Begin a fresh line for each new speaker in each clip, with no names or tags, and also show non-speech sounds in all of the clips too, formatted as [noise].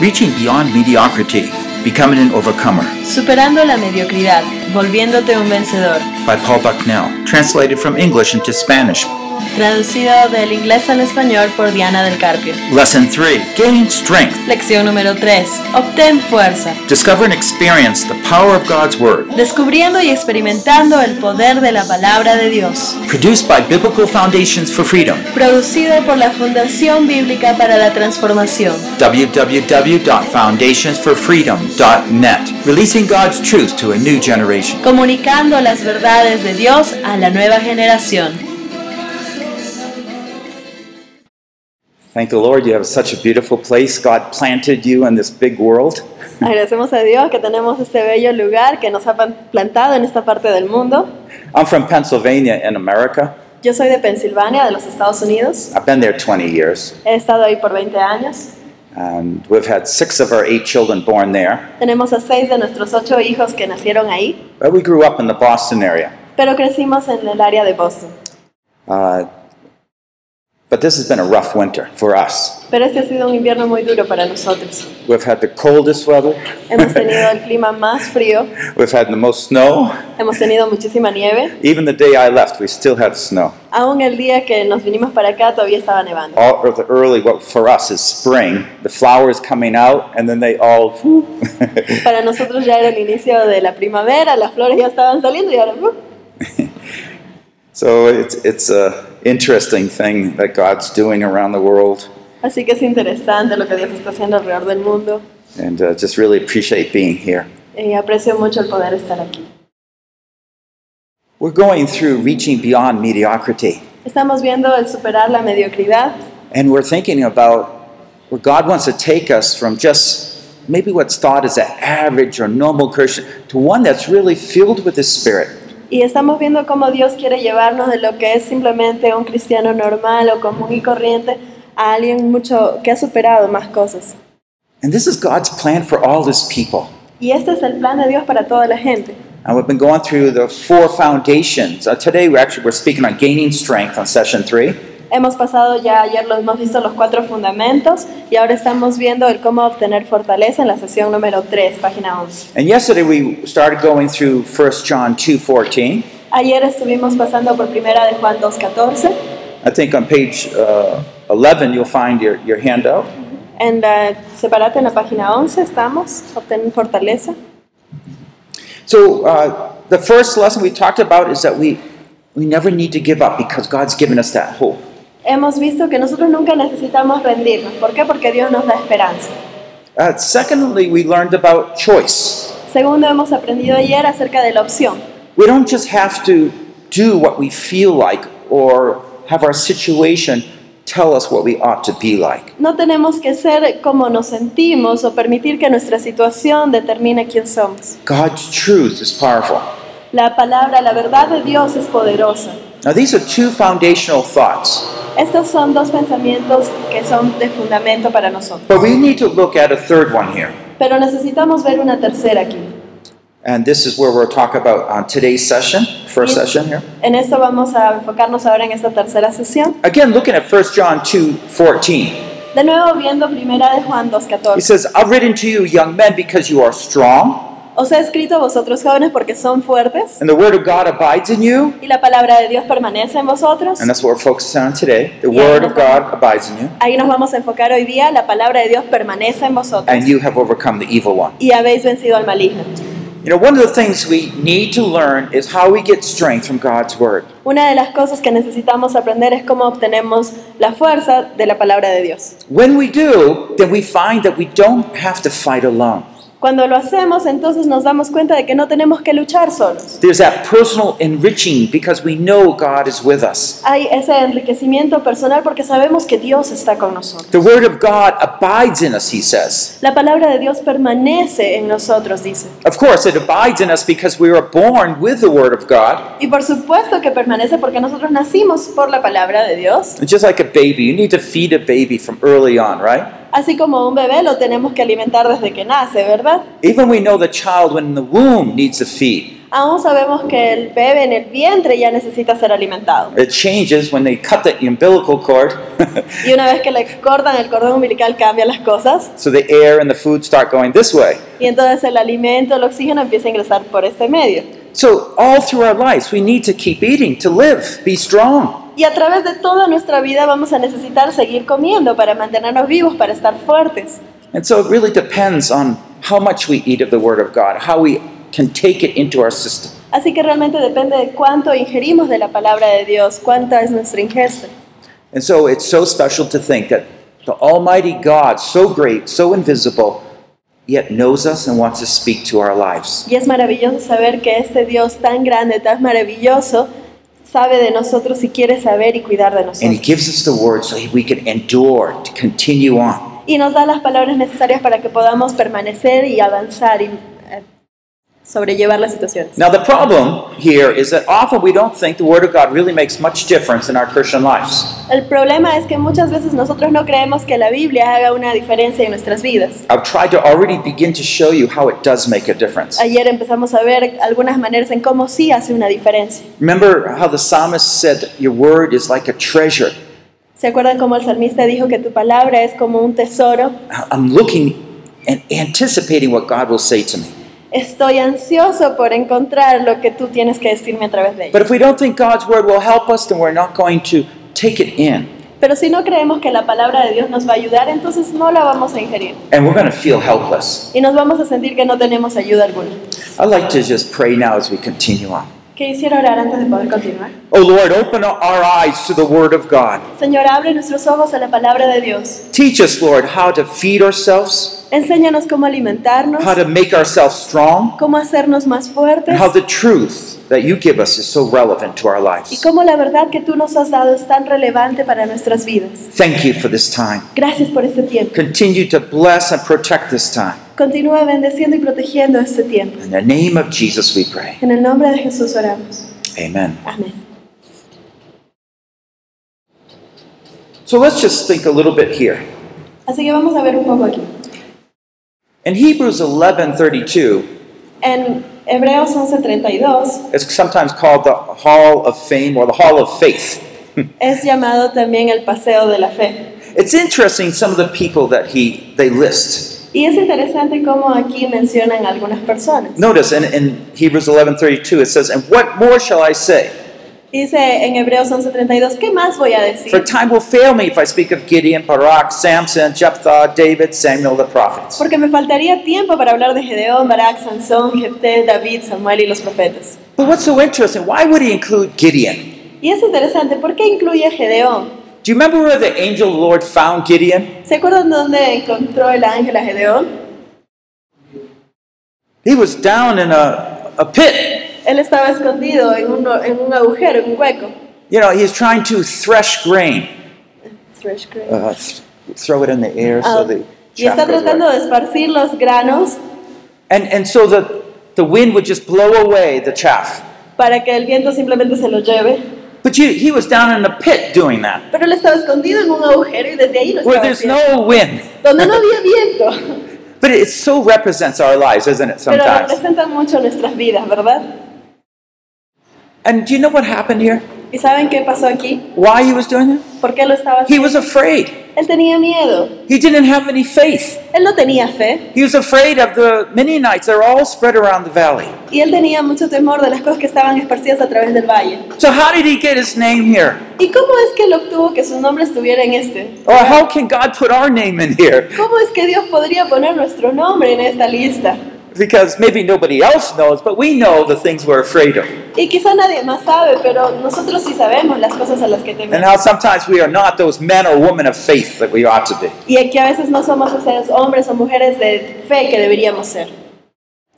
Reaching Beyond Mediocrity, Becoming an Overcomer
Superando la mediocridad, volviéndote un vencedor.
by Paul Bucknell, translated from English into Spanish.
Traducido del inglés al español por Diana del Carpio.
Lesson 3 Gain Strength.
Lección número 3. Obtén fuerza.
Discover and experience the power of God's Word.
Descubriendo y experimentando el poder de la palabra de Dios.
Produced by Biblical Foundations for Freedom.
Producido por la Fundación Bíblica para la Transformación.
www.foundationsforfreedom.net. Releasing God's truth to a new generation.
Comunicando las verdades de Dios a la nueva generación.
Thank the Lord you have such a beautiful place. God planted you in this big world.
Agradecemos a Dios que tenemos este bello lugar que nos ha pan- plantado en esta parte del mundo.
I'm from Pennsylvania in America.
Yo soy de Pensilvania, de los Estados Unidos.
I've been there 20 years.
He estado ahí por 20 años.
And we've had six of our eight children born there.
Tenemos a seis de nuestros ocho hijos que nacieron ahí,
But we grew up in the Boston area.
pero crecimos en el área de Boston.
Uh, but this has been a rough winter for us.
Pero este ha sido un invierno muy duro para nosotros.
We've had the coldest weather.
Hemos tenido el clima más frío,
We've had the most snow.
hemos tenido muchísima nieve.
Even the day I left, we still had snow.
Aún el día que nos vinimos para acá todavía estaba nevando.
All or the early, what for us is spring. The flowers coming out, and then they all. whoop.
Para nosotros ya era el inicio de la primavera, las flores ya estaban saliendo y ahora... ¡uh!
[laughs] so it's it's a interesting thing that God's doing around the world,
Así que es interesante lo que Dios está haciendo alrededor del mundo
and uh, just really appreciate being here.
y aprecio mucho el poder estar aquí.
We're going through reaching beyond mediocrity,
Estamos viendo el superar la mediocridad
and we're thinking about where God wants to take us from just maybe what's thought as an average or normal Christian to one that's really filled with the Spirit.
Y estamos viendo cómo Dios quiere llevarnos de lo que es simplemente un cristiano normal o común y corriente a alguien mucho que ha superado más cosas.
And this is God's plan for all His people.
Y este es el plan de Dios para toda la gente.
And we've been going through the four foundations. Uh, today, we're actually we're speaking on gaining strength on session three.
Hemos pasado ya ayer, los, hemos visto los cuatro fundamentos y ahora estamos viendo el cómo obtener fortaleza en la sesión número 3, página 11.
And yesterday, we started going through 1 John two fourteen.
Ayer estuvimos pasando por primera de Juan 2.14.
I think on page uh, eleven, you'll find your, your handout.
En la, separate en la página 11 estamos, obtener fortaleza.
So uh, the first lesson we talked about is that we we never need to give up because God's given us that hope.
Hemos visto que nosotros nunca necesitamos rendirnos. ¿Por qué? Porque Dios nos da esperanza.
Uh, secondly, we learned about choice.
Segundo, hemos aprendido ayer acerca de la opción.
We don't just have to do what we feel like or have our situation tell us what we ought to be like.
No tenemos que ser como nos sentimos o permitir que nuestra situación determine quién somos.
God's truth is powerful.
La palabra, la verdad de Dios es poderosa.
Now, these are two foundational thoughts,
Estos son dos pensamientos que son de fundamento para nosotros.
but we need to look at a third one here.
Pero necesitamos ver una tercera aquí.
And this is where we'll talk about on today's session, first session here.
En esto vamos a enfocarnos ahora en esta tercera sesión.
Again, looking at 1 John 2 14.
De nuevo viendo primera de Juan
He
2.14.
says, I've written to you, young men, because you are strong,
Os he escrito a vosotros jóvenes porque son fuertes
and the word of God abides in you.
y la palabra de Dios permanece en vosotros.
And that's what we're focusing on today. The word of God abides in you,
Ahí nos vamos a enfocar hoy día, la palabra de Dios permanece en vosotros
and you have overcome the evil one.
y habéis vencido al maligno.
You know, one of the things we need to learn is how we get strength from God's word.
Una de las cosas que necesitamos aprender es cómo obtenemos la fuerza de la palabra de Dios.
When we do, then we find that we don't have to fight alone.
Cuando lo hacemos, entonces nos damos cuenta de que no tenemos que luchar solos.
There's that personal enriching because we know God is with us.
Hay ese enriquecimiento personal porque sabemos que Dios está con nosotros.
The Word of God abides in us, he says.
La palabra de Dios permanece en nosotros, dice.
Of course, it abides in us because we were born with the Word of God.
Y por supuesto que permanece porque nosotros nacimos por la palabra de Dios.
And just like a baby, you need to feed a baby from early on, right?
Así como un bebé lo tenemos que alimentar desde que nace, ¿verdad?
Even we know the child when in the womb needs to feed.
Aún sabemos que el bebé en el vientre ya necesita ser alimentado.
It changes when they cut the umbilical cord, [laughs]
Y una vez que le cortan el cordón umbilical cambian las cosas
so the air and the food start going this way.
y entonces el alimento, el oxígeno empieza a ingresar por este medio.
So, all through our lives, we need to keep eating to live, be strong.
Y a través de toda nuestra vida vamos a necesitar seguir comiendo para mantenernos vivos, para estar fuertes.
And so, it really depends on how much we eat of the Word of God, how we can take it into our system.
Así que realmente depende de cuánto ingerimos de la palabra de Dios, cuánta es nuestra ingesta.
And so, it's so special to think that the Almighty God, so great, so invisible, yet knows us and wants to speak to our lives.
Y es maravilloso saber que este Dios tan grande, tan maravilloso, sabe de nosotros y quiere saber y cuidar de
And He
nosotros.
gives us the Word so we can endure, to continue on.
Y nos da las palabras necesarias para que podamos permanecer y avanzar y eh, sobrellevar las situaciones.
Now, the problem here is that often we don't think the Word of God really makes much difference in our Christian lives.
El problema es que muchas veces nosotros no creemos que la Biblia haga una diferencia en nuestras vidas.
I've tried to already begin to show you how it does make a difference.
Ayer empezamos a ver algunas maneras en cómo sí hace una diferencia.
Remember how the psalmist said, Your Word is like a treasure.
¿Se acuerdan cómo el salmista dijo que tu palabra es como un tesoro?
I'm looking and anticipating what God will say to me.
Estoy ansioso por encontrar lo que tú tienes que decirme a través de ella.
But if we don't think God's Word will help us, then we're not going to take it in.
Pero si no creemos que la palabra de Dios nos va a ayudar, entonces no la vamos a ingerir
And we're going to feel helpless.
y nos vamos a sentir que no tenemos ayuda alguna.
I'd like to just pray now as we continue on.
¿Qué hiciera orar antes de poder continuar?
Oh Lord, open our eyes to the Word of God.
Señor, abre nuestros ojos a la palabra de Dios.
Teach us, Lord, how to feed ourselves.
Enséñanos cómo alimentarnos,
how to make ourselves strong,
cómo hacernos más
and
fuertes
how the truth that you give us is so relevant to our
y
lives.
cómo la verdad que tú nos has dado es tan relevante para nuestras vidas.
Thank you for this time.
Gracias por este tiempo.
Continue to bless and protect this time.
Continúa bendeciendo y protegiendo este tiempo.
In the name of Jesus, we pray.
En el nombre de Jesús oramos.
Amen.
Amén.
So let's just think a little bit here.
Así que vamos a ver un poco aquí.
In Hebrews 11:32,
En Hebreos 11:32
it's sometimes called the Hall of Fame or the Hall of Faith.
es llamado también el paseo de la fe.
It's interesting some of the people that he they list.
Y es interesante cómo aquí mencionan algunas personas.
Notice in, in Hebrews 11:32 it says, "And what more shall I say?
Dice en Hebreos 11:32, ¿qué más voy a
For
decir?
time will fail me if I speak of Gideon, Barak, Samson, Jephthah, David, Samuel, the prophets.
Porque me faltaría tiempo para hablar de Gedeón, Barak, Sansón, Jefté, David, Samuel y los profetas.
But what's so interesting? Why would he include Gideon?
Y es interesante, ¿por qué incluye a Gedeón?
Do you remember where the angel of the Lord found Gideon?
¿Se acuerdan dónde encontró el ángel a Gedeón?
He was down in a, a pit.
Él estaba escondido en un, en un agujero, en un hueco.
You know, he's trying to thresh grain.
Thresh grain.
Uh, th- throw it in the air
Ah,
so the
y está
chaff goes
tratando
away.
de esparcir los granos
And, and so the, the wind would just blow away the chaff.
para que el viento simplemente se los lleve.
But you, he was down in a pit doing that,
Pero él estaba escondido en un agujero y desde ahí lo
where
estaba
there's
haciendo.
no wind.
Donde no
[laughs]
había viento.
But it so represents our lives, isn't it,
Pero
sometimes?
representan mucho nuestras vidas, ¿verdad?
And do you know what happened here?
¿Y saben qué pasó aquí?
Why he was doing that?
¿Por qué lo estaba
He
haciendo?
was afraid.
Él tenía miedo.
He didn't have any faith.
Él no tenía fe.
He was afraid of the Mennonites. They're all spread around the valley.
Y él tenía mucho temor de las cosas que estaban esparcidas a través del valle.
So how did he get his name here?
¿Y cómo es que él obtuvo que su nombre estuviera en este?
Or how can God put our name in here?
¿Cómo es que Dios podría poner nuestro nombre en esta lista?
Because maybe nobody else knows, but we know the things we're afraid of.
Y quizá nadie más sabe, pero nosotros sí sabemos las cosas a las que
And
tememos.
how sometimes we are not those men or women of faith that we ought to be.
Y aquí a veces no somos esos hombres o mujeres de fe que deberíamos ser.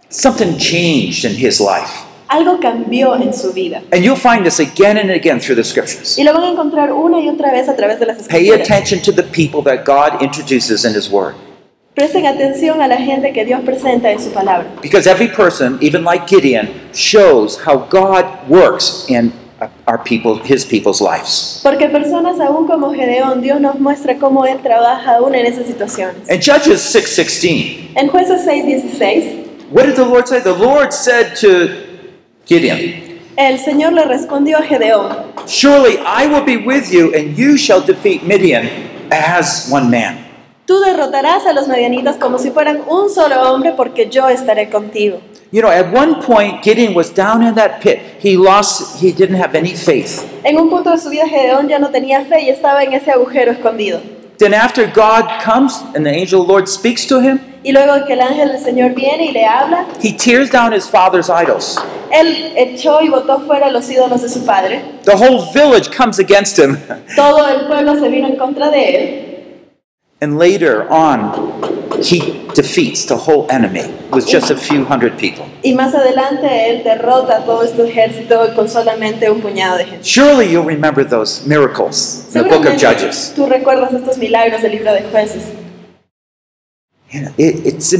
Something changed in his life.
Algo cambió en su vida.
And you'll find this again and again through the scriptures.
Y lo van a encontrar una y otra vez a través de las
Pay
escrituras.
attention to the people that God introduces in his word.
Presten atención a la gente que Dios presenta en su palabra.
Because every person, even like Gideon, shows how God works in our people, his people's lives.
Porque personas aún como Gedeón, Dios nos muestra cómo Él trabaja aún en esas situaciones.
In Judges 6:16,
En jueces 6:16,
what did the Lord say? The Lord said to Gideon,
El Señor le respondió a Gedeón,
Surely I will be with you, and you shall defeat Midian as one man.
tú derrotarás a los medianitas como si fueran un solo hombre porque yo estaré contigo.
You know, at one point, Gideon was down in that pit. He lost, he didn't have any faith.
En un punto de su vida Gedeón ya no tenía fe y estaba en ese agujero escondido.
Then, after God comes and the angel of the Lord speaks to him,
Y luego que el ángel del Señor viene y le habla,
he tears down his father's idols.
él echó y botó fuera los ídolos de su padre.
The whole village comes against him. [laughs]
Todo el pueblo se vino en contra de él.
And later on, he defeats the whole enemy with just a few hundred people.
Y más adelante él derrota a todo este ejército con solamente un puñado de gente.
Surely you'll remember those miracles in the book of Judges.
tú recuerdas estos milagros del libro de jueces.
You know, it- it's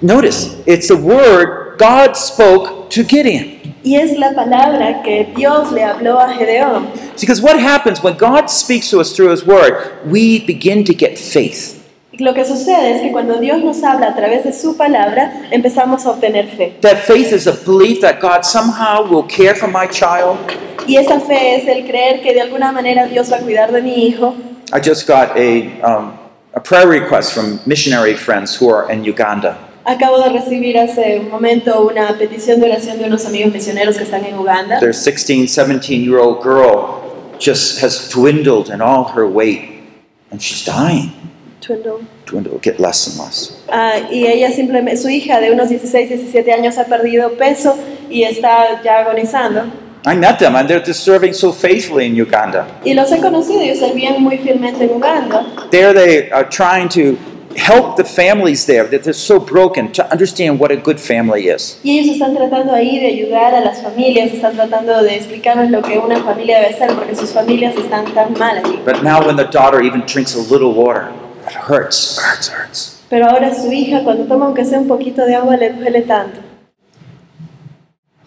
notice it's the word God spoke to Gideon.
Y es la palabra que Dios le habló a Gedeón.
Because what happens when God speaks to us through His Word, we begin to get faith.
Y Lo que sucede es que cuando Dios nos habla a través de su palabra, empezamos a obtener fe.
That faith is a belief that God somehow will care for my child.
Y esa fe es el creer que de alguna manera Dios va a cuidar de mi hijo.
I just got a, um, a prayer request from missionary friends who are in Uganda.
Acabo de recibir hace un momento una petición de oración de unos amigos misioneros que están en Uganda.
Their 16, 17 year old girl just has dwindled in all her weight and she's dying. Dwindle, get less and less.
Ah, y ella simplemente, su hija de unos 16, 17 años ha perdido peso y está ya agonizando.
I met them and they're just serving so faithfully in Uganda.
Y los he conocido y servían muy fielmente en Uganda.
There they are trying to help the families there that they're so broken to understand what a good family is.
Y ellos están tratando ahí de ayudar a las familias, están tratando de explicarles lo que una familia debe ser, porque sus familias están tan mal allí.
But now when the daughter even drinks a little water, it hurts, hurts, hurts.
Pero ahora su hija, cuando toma aunque sea un poquito de agua, le duele tanto.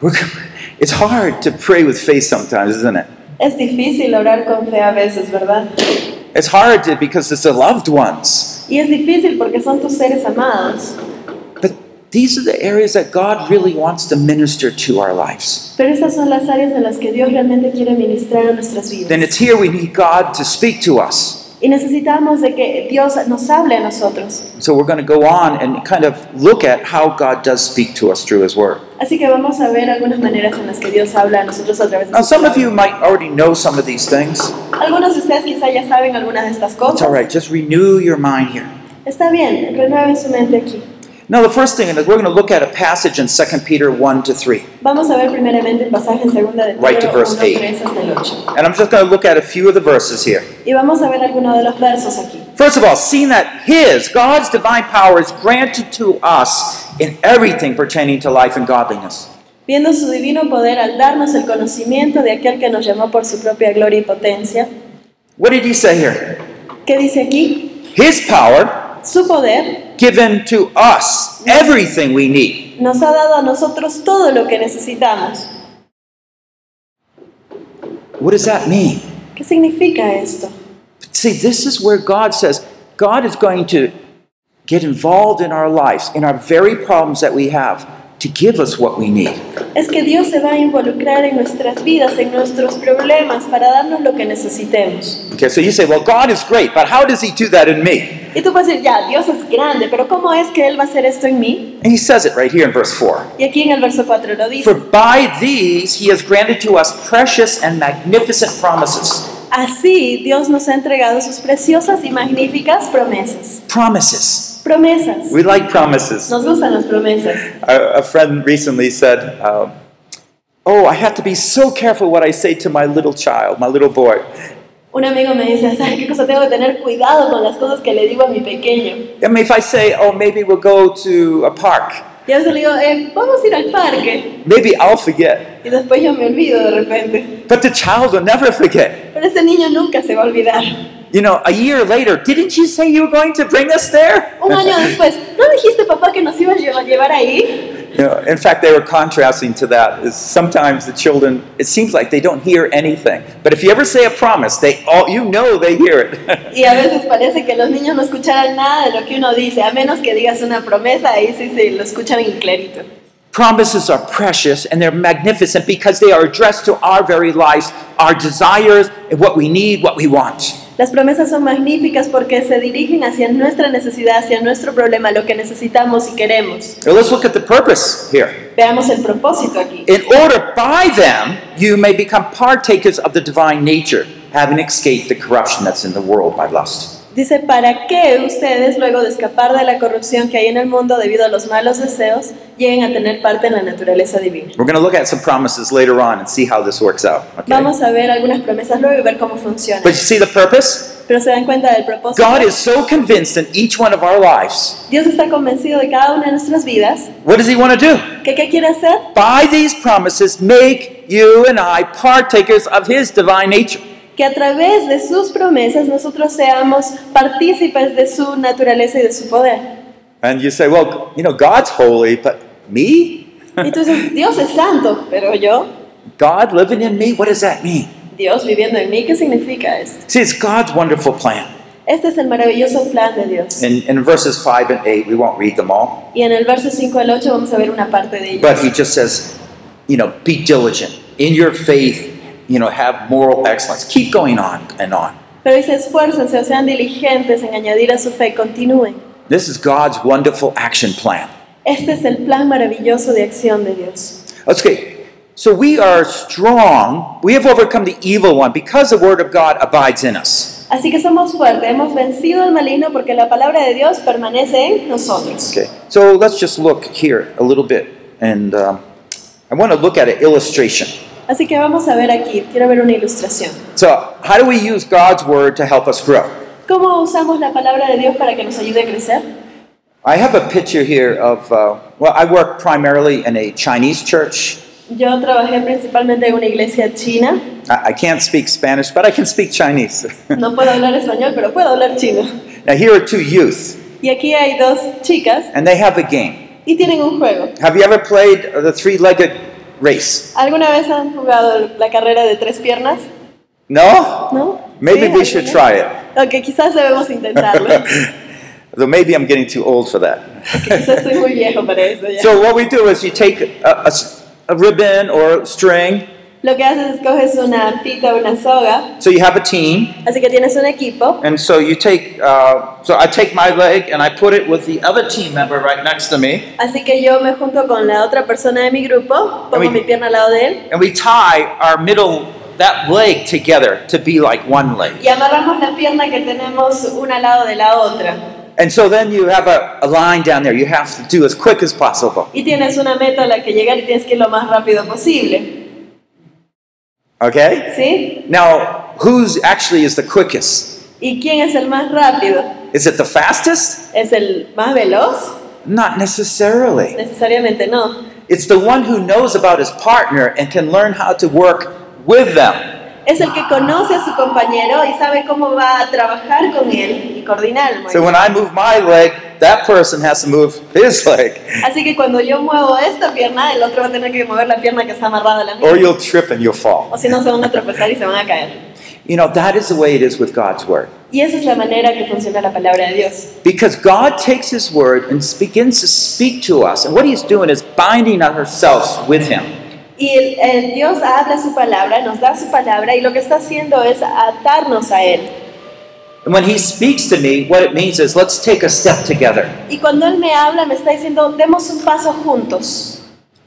We're- It's hard to pray with faith sometimes, isn't it?
Es difícil orar con fe a veces, ¿verdad?
It's hard to, because it's the loved ones.
Y es difícil porque son tus seres amados.
But these are the areas that God really wants to minister to our lives.
Pero esas son las áreas en las que Dios realmente quiere ministrar a nuestras vidas.
Then it's here we need God to speak to us.
Y necesitamos de que Dios nos hable a nosotros.
So we're going to go on and kind of look at how God does speak to us through His Word.
Así que vamos a ver algunas maneras en las que Dios habla a nosotros a través de
Now,
su
some of
palabra.
you might already know some of these things.
Algunos de ustedes quizá ya saben algunas de estas
It's
cosas.
all right, just renew your mind here.
Está bien, renueven su mente aquí.
Now, the first thing is we're going to look at a passage in 2 Peter 1 to 3.
Vamos a ver primeramente el pasaje en segunda de
Right to
Pedro 1,
verse eight.
3 hasta el 8.
And I'm just going to look at a few of the verses here.
Y vamos a ver algunos de los versos aquí.
First of all, seeing that His, God's divine power, is granted to us in everything pertaining to life and godliness.
Viendo su divino poder al darnos el conocimiento de aquel que nos llamó por su propia gloria y potencia.
What did he say here?
¿Qué dice aquí?
His power
Su poder
given to us everything we need.
nos ha dado a nosotros todo lo que necesitamos.
What does that mean?
¿Qué significa esto?
See, this is where God says God is going to get involved in our lives, in our very problems that we have, to give us what we need.
Es que Dios se va a involucrar en nuestras vidas, en nuestros problemas, para darnos lo que necesitemos.
Okay, so you say, well, God is great, but how does he do that in me?
Y tú puedes decir, ya, Dios es grande, pero ¿cómo es que Él va a hacer esto en mí?
And he says it right here in verse 4.
Y aquí en el verso 4 lo
For
dice,
by these he has granted to us precious and magnificent promises.
así Dios nos ha entregado sus preciosas y magníficas promesas.
Promises.
Promesas.
We like promises.
Nos gustan las promesas.
A, a friend recently said, um, Oh, I have to be so careful what I say to my little child, my little boy.
Un amigo me dice, ¿sabes qué cosa? Tengo que tener cuidado con las cosas que le digo a mi pequeño.
I mean, if I say, Oh, maybe we'll go to a park,
Y a veces le digo, eh, vamos a ir al parque.
maybe I'll forget.
Y después yo me olvido de repente.
But the child will never forget.
Pero ese niño nunca se va a olvidar.
You know, a year later, didn't you say you were going to bring us there?
Un año después, ¿no dijiste papá que nos ibas a llevar ahí?
You know, in fact, they were contrasting to that. Is sometimes the children, it seems like they don't hear anything. But if you ever say a promise, they all, you know they hear it. [laughs]
Y a veces parece que los niños no escucharan nada de lo que uno dice, a menos que digas una promesa, ahí sí, sí, lo escuchan y clarito.
Promises are precious and they're magnificent because they are addressed to our very lives, our desires, and what we need, what we want.
Las promesas son magníficas porque se dirigen hacia nuestra necesidad, hacia nuestro problema, lo que necesitamos y queremos.
Now let's look at the purpose here.
Veamos el propósito aquí.
In order by them you may become partakers of the divine nature, having escaped the corruption that's in the world by lust.
Dice, ¿para qué ustedes, luego de escapar de la corrupción que hay en el mundo debido a los malos deseos, lleguen a tener parte en la naturaleza divina?
We're going to look at some promises later on and see how this works out. Okay?
Vamos a ver algunas promesas luego y ver cómo funciona.
But you see the purpose?
Pero se dan cuenta del
Pues,
propósito.
God is so convinced in each one of our lives.
Dios está convencido de cada una de nuestras vidas.
What does He want to do?
¿Que qué quiere hacer?
By these promises, make you and I partakers of His divine nature.
Que a través de sus promesas nosotros seamos partícipes de su naturaleza y de su poder.
And you say, well, you know, God's holy, but me?
Y tú dices, Dios es santo, pero yo,
God living in me? What does that mean?
Dios viviendo en mí, ¿qué significa esto?
See, it's God's wonderful plan.
Este es el maravilloso plan de Dios.
In, in verses 5 and 8, we won't read them all,
Y en el verso 5 al 8 vamos a ver una parte de ello.
but he just says, you know, be diligent in your faith, you know, have moral excellence. Keep going on and on.
Pero dice, esfuércense o sean diligentes en añadir a su fe, continúen.
This is God's wonderful action plan.
Este es el plan maravilloso de acción de Dios.
Okay, so we are strong. We have overcome the evil one because the word of God abides in us.
Así que somos fuertes, hemos vencido al maligno porque la palabra de Dios permanece en nosotros.
Okay, so let's just look here a little bit, and um, I want to look at an illustration.
Así que vamos a ver aquí, quiero ver una ilustración.
So, how do we use God's word to help us grow?
¿Cómo usamos la palabra de Dios para que nos ayude a crecer?
I have a picture here of, uh, well, I work primarily in a Chinese church.
Yo trabajé principalmente en una iglesia china.
I, I can't speak Spanish, but I can speak Chinese. [laughs]
No puedo hablar español, pero puedo hablar chino.
now, here are two youth,
Y aquí hay dos chicas
and they have a game.
y tienen un juego.
Have you ever played the three legged race?
¿Alguna vez han jugado la carrera de tres piernas?
No?
¿No?
Maybe
Sí,
we should
¿alguna
try
vez?
it.
Ok, quizás debemos intentarlo.
[laughs] Though maybe I'm getting too old for that.
quizás estoy muy viejo para eso ya.
so, what we do is you take a, a s- a ribbon or string,
Lo que haces es coges una pita o una soga,
so you have a team.
así que tienes un equipo.
And so you take, uh, so I take my leg and I put it with the other team member right next to me,
Así que yo me junto con la otra persona de mi grupo, pongo
Uy.
mi pierna al lado de él
and we tie our middle, that leg together to be like one leg.
y amarramos la pierna que tenemos una al lado de la otra.
And so then you have a, a line down there you have to do as quick as possible.
Y tienes una meta a la que llegar y tienes que ir lo más rápido posible.
Okay?
¿Sí?
Now, who's actually is the quickest?
¿Y quién es el más rápido?
Is it the fastest?
¿Es el más veloz?
Not necessarily.
Necesariamente no.
It's the one who knows about his partner and can learn how to work with them.
Es el que conoce a su compañero y sabe cómo va a trabajar con él y coordinar. muy
So
bien.
when I move my leg, that person has to move his [laughs] leg.
Así que cuando yo muevo esta pierna, el otro va a tener que mover la pierna que está amarrada a la mía.
or you'll trip and you'll fall.
O si no, se van a tropezar y se van a caer.
You know, that is the way it is with God's Word.
Y esa es la manera que funciona la palabra de Dios.
Because God takes His Word and begins to speak to us. And what He's doing is binding ourselves with Him.
Y el, el Dios habla su palabra, nos da su palabra y lo que está haciendo es atarnos a Él.
And when He speaks to me, what it means is let's take a step together.
Y cuando Él me habla, me está diciendo, demos un paso juntos.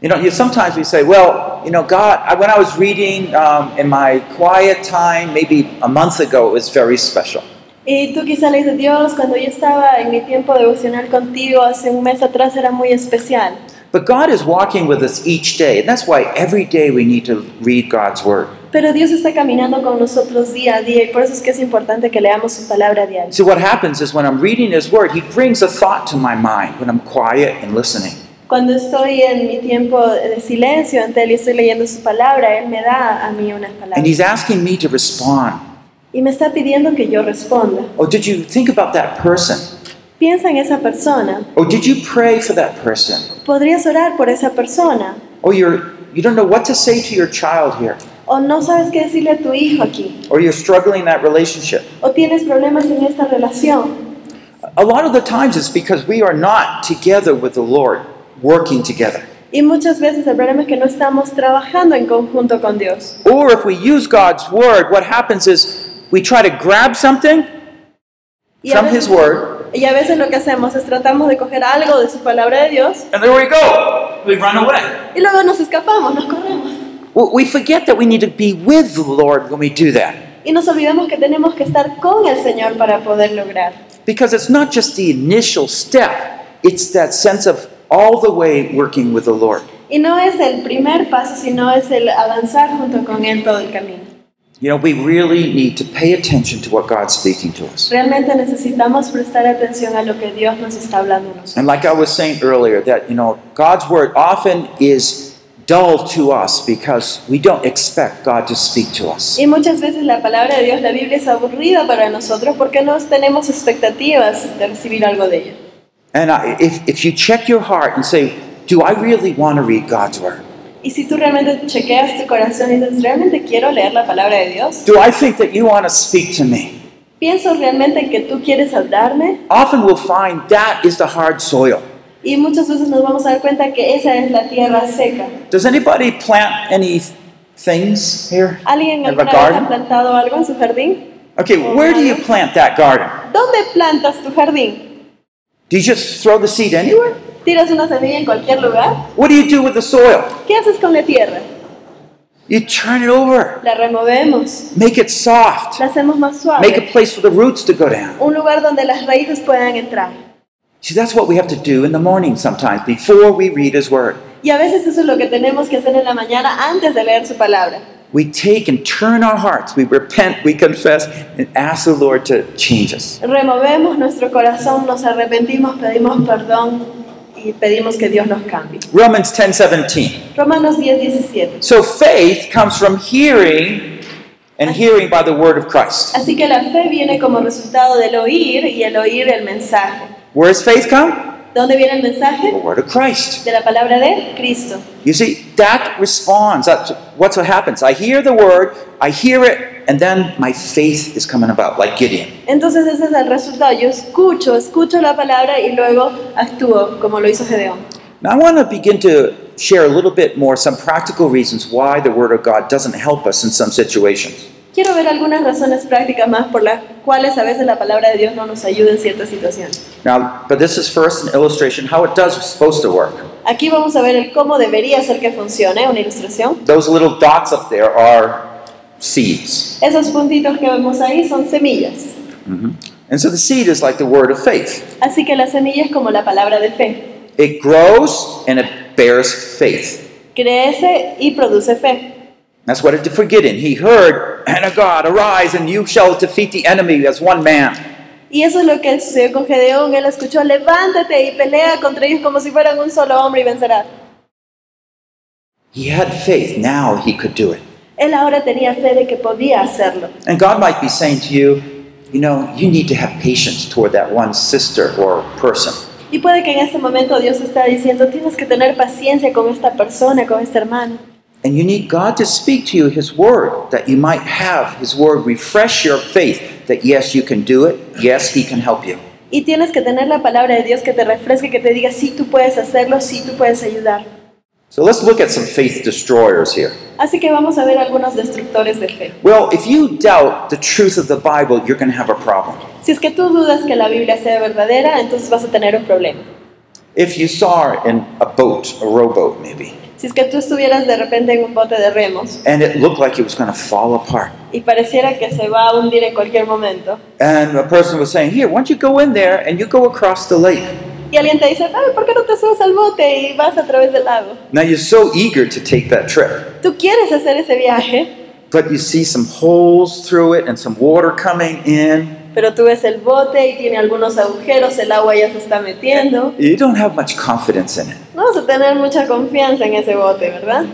You know, you, sometimes we say, well, you know, God, I, when I was reading um, in my quiet time, maybe a month ago, it was very special.
Y tú quizá le dices, Dios, cuando yo estaba en mi tiempo devocional contigo hace un mes atrás era muy especial.
But God is walking with us each day. And that's why every day we need to read God's Word.
Pero Dios está caminando con nosotros día a día y por eso es que es importante que leamos su palabra diaria.
See, what happens is when I'm reading His Word, He brings a thought to my mind when I'm quiet and listening.
Cuando estoy en mi tiempo de silencio ante Él y estoy leyendo su palabra, Él me da a mí unas
And
palabras.
He's asking me to respond.
Y me está pidiendo que yo responda.
Oh, did you think about that person?
Piensa en esa persona.
Oh, did you pray for that person?
¿Podrías orar por esa persona?
Oh, you're, you don't know what to say to your child here,
¿O no sabes qué decirle a tu hijo aquí?
or you're struggling in that relationship.
¿O tienes problemas en esta relación?
A lot of the times it's because we are not together with the Lord, working together.
Y muchas veces el problema es que no estamos trabajando en conjunto con Dios.
Or if we use God's word, what happens is we try to grab something
Y a,
from His
veces,
word,
y a veces lo que hacemos es tratamos de coger algo de su palabra de Dios
and there we go. We run away.
y luego nos escapamos, nos corremos.
We- We forget that we need to be with the Lord when we do that.
Y nos olvidamos que tenemos que estar con el Señor para poder lograr.
Because it's not just the initial step, it's that sense of all the way working with the Lord.
Y no es el primer paso, sino es el avanzar junto con Él todo el camino.
You know, we really need to pay attention to what God's speaking to us.
Realmente necesitamos prestar atención a lo que Dios nos está hablando a nosotros.
And like I was saying earlier, that you know, God's word often is dull to us because we don't expect God to speak to us.
Y muchas veces la palabra de Dios, la Biblia, es aburrida para nosotros porque no tenemos expectativas de recibir algo de ella.
And I, if, if you check your heart and say, Do I really want to read God's word?
Y si tú realmente chequeas tu corazón y dices, ¿realmente quiero leer la palabra de Dios?
Do I think that you want to speak to me?
¿Pienso realmente que tú quieres hablarme?
Often we'll find that is the hard soil.
Y muchas veces nos vamos a dar cuenta que esa es la tierra seca.
Does anybody plant any things here?
¿Alguien
Have a
alguna vez ha
garden?
plantado algo en su jardín?
Okay, where do you plant that garden?
¿Dónde plantas tu jardín?
Do you just throw the seed anywhere?
¿Tiras una semilla en cualquier lugar?
What do you do with the soil?
¿Qué haces con la tierra?
You turn it over,
La removemos,
make it soft.
la hacemos más
Make a
suave,
place for the roots to go down.
un lugar donde las raíces puedan entrar.
See, that's what we have to do in the morning sometimes before we read His Word.
Y a veces eso es lo que tenemos que hacer en la mañana antes de leer su palabra.
We take and turn our hearts. We repent, we confess, and ask the Lord to change us.
Removemos nuestro corazón, nos arrepentimos, pedimos perdón y pedimos que Dios nos cambie.
Romans 10 17.
Romanos 10, 17.
So faith comes from hearing, and hearing by the Word of Christ.
Así que la fe viene como resultado del oír y el oír el mensaje.
Where does faith come?
¿Dónde viene el
The
mensaje?
Word of Christ.
De la palabra de Cristo.
You see, that responds. That's what's what happens. I hear the Word, I hear it, and then my faith is coming about, like Gideon.
Entonces ese es el resultado. Yo escucho, escucho la palabra y luego actúo, como lo hizo Gedeón.
Now, I want to begin to share a little bit more some practical reasons why the Word of God doesn't help us in some situations.
Quiero ver algunas razones prácticas más por las cuales a veces la palabra de Dios no nos ayuda en ciertas situaciones.
Now, but this is first an illustration how it does supposed to work.
Aquí vamos a ver el cómo debería ser que funcione, una ilustración.
Those little dots up there are seeds.
Esos puntitos que vemos ahí son semillas.
And so the seed is like the word of faith.
Así que la semilla es como la palabra de fe.
It grows and it bears faith.
Crece y produce fe.
That's what it did for Gideon. He heard, And of God, arise and you shall defeat the enemy as one man.
Y eso es lo que sucedió con Gedeón. Él escuchó, levántate y pelea contra ellos como si fueran un solo hombre y vencerás.
He had faith. Now he could do it.
Él ahora tenía fe de que podía hacerlo.
And God might be saying to you, you know, you need to have patience toward that one sister or person.
Y puede que en este momento Dios está diciendo, tienes que tener paciencia con esta persona, con este hermano.
And you need God to speak to you His word, that you might have His word refresh your faith that yes, you can do it. Yes, He can help you.
Y tienes que tener la palabra de Dios que te refresque, que te diga, sí, tú puedes hacerlo, sí, tú puedes ayudar.
So let's look at some faith destroyers here.
Así que vamos a ver algunos destructores de fe.
Well, if you doubt the truth of the Bible, you're going to have a problem.
Si es que tú dudas que la Biblia sea verdadera, entonces vas a tener un problema.
If you saw her in a boat, a rowboat maybe,
Si es que tú estuvieras de repente en un bote de remos
and it looked like it was going to fall apart,
y pareciera que se va a hundir en cualquier momento,
and a person was saying, Here, why don't you go in there and you go across the lake?
y alguien te dice, "Ay, ¿por qué no te subes al bote y vas a través del lago?
Now you're so eager to take that trip,
Tú quieres hacer ese viaje,
but you see some holes through it and some water coming in.
Pero tú ves el bote y tiene algunos agujeros, el agua ya se está metiendo.
You don't have much confidence in it.
No vas a tener mucha confianza en ese bote, ¿verdad?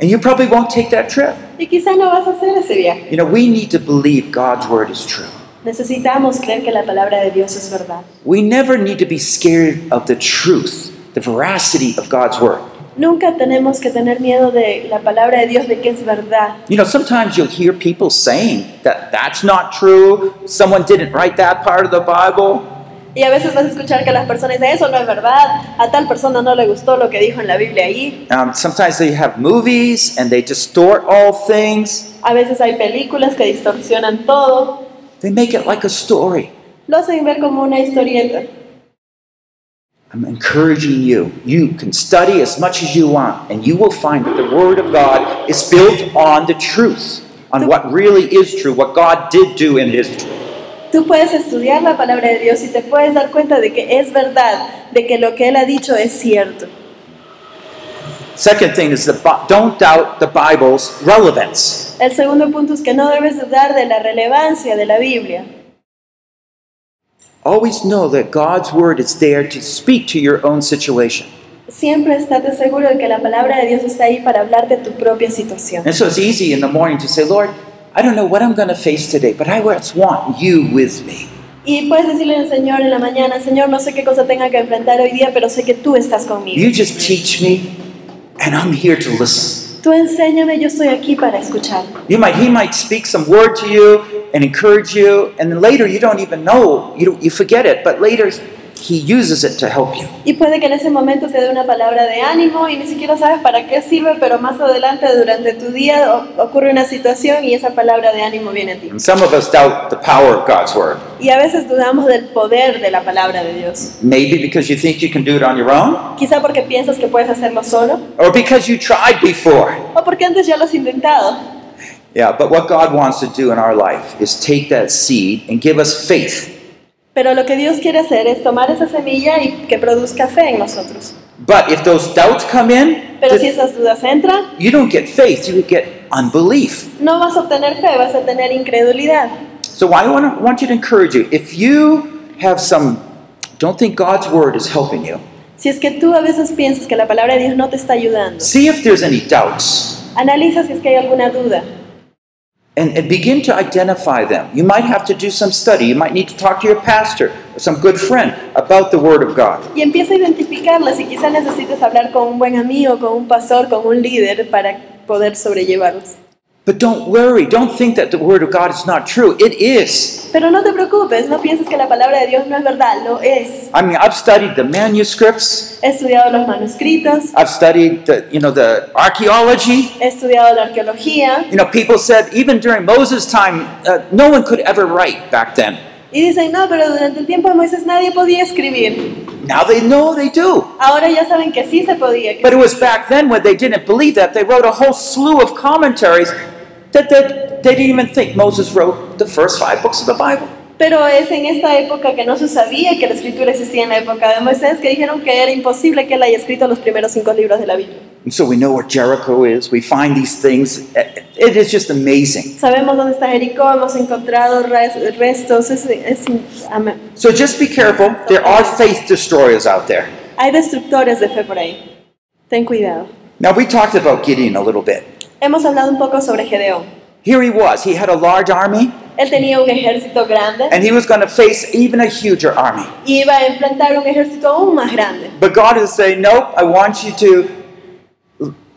And you probably won't take that trip.
Y quizá no vas a hacer ese viaje.
You know, we need to believe God's word is true.
Necesitamos creer que la palabra de Dios es verdad.
We never need to be scared of the truth, the veracity of God's word.
Nunca tenemos que tener miedo de la palabra de Dios, de que es verdad.
You know, sometimes you'll hear people saying that that's not true, someone didn't write that part of the Bible.
Y a veces vas a escuchar que las personas dicen, eso no es verdad, a tal persona no le gustó lo que dijo en la Biblia ahí.
Um, sometimes they have movies and they distort all things.
A veces hay películas que distorsionan todo,
They make it like a story.
lo hacen ver como una historieta.
I'm encouraging you. You can study as much as you want, and you will find that the Word of God is built on the truth, on what really is true, what God did do in His truth.
Tú puedes estudiar la palabra de Dios y te puedes dar cuenta de que es verdad, de que lo que Él ha dicho es cierto.
Second thing is the Bi- don't doubt the Bible's relevance.
El segundo punto es que no debes dudar de la relevancia de la Biblia.
Always know that God's Word is there to speak to your own situation.
Siempre estate seguro de que la palabra de Dios está ahí para hablar de tu propia situación.
And so it's easy in the morning to say, Lord, I don't know what I'm going to face today, but I just want you with me.
Y puedes decirle al Señor en la mañana, Señor, no sé qué cosa tenga que enfrentar hoy día, pero sé que tú estás conmigo.
You just teach me, and I'm here to listen.
Tú enséñame, yo estoy aquí para escucharte.
You might, he might speak some word to you and encourage you, and then later you don't even know, you, don't, you forget it, but later he uses it to help you.
Y puede que en ese momento te dé una palabra de ánimo y ni siquiera sabes para qué sirve, pero más adelante durante tu día o- ocurre una situación y esa palabra de ánimo viene a ti.
And some of us doubt the power of God's word.
Y a veces dudamos del poder de la palabra de Dios.
Maybe because you think you can do it on your own,
Quizá porque piensas que puedes hacerlo solo
or because you tried before.
o porque antes ya lo has intentado.
Yeah, but what God wants to do in our life is take that seed and give us faith
Pero lo que Dios quiere hacer es tomar esa semilla y que produzca fe en nosotros.
But if those doubts come in,
Pero
th-
si esas dudas entran,
you don't get faith, you get unbelief.
no vas a obtener fe, vas a tener incredulidad.
So I want, to, want you to encourage you. If you have some, don't think God's word is helping you,
Si es que tú a veces piensas que la palabra de Dios no te está ayudando,
see if there's any doubts
analiza si es que hay alguna duda
and, and begin to identify them. You might have to do some study. You might need to talk to your pastor or some good friend about the word of God.
y empieza a identificarla si quizá necesites hablar con un buen amigo, con un pastor, con un líder para poder sobrellevarlos.
But don't worry. Don't think that the word of God is not true. It is.
Pero no te preocupes, no pienses que la palabra de Dios no es verdad, lo es.
I mean, I've studied the manuscripts.
He estudiado los manuscritos,
I've studied the, you know, the archaeology.
he estudiado la arqueología
You know, people said even during Moses' time, uh, no one could ever write back then.
y dicen, no, pero durante el tiempo de Moisés nadie podía escribir.
Now they know they do.
Ahora ya saben que sí se podía, que
But it was back then when they didn't believe that. They wrote a whole slew of commentaries that, that they didn't even think Moses wrote the first five books of the Bible.
Pero es en esta época que no se sabía que la escritura existía en la época de Moisés que dijeron que era imposible que él haya escrito los primeros cinco libros de la Biblia.
And so we know where Jericho is. We find these things. It is just amazing.
Sabemos dónde está Jericó, hemos encontrado res- restos. es- es- ama-
So just be careful. There are faith destroyers out there.
hay destructores de fe por ahí. Ten cuidado.
Now we talked about Gideon a little bit.
Hemos hablado un poco sobre Gedeón.
Here he was. He had a large army,
Él tenía un ejército grande
and he was going to face even a huger army.
y iba a enfrentar un ejército aún más grande.
But God is saying, nope, I want you to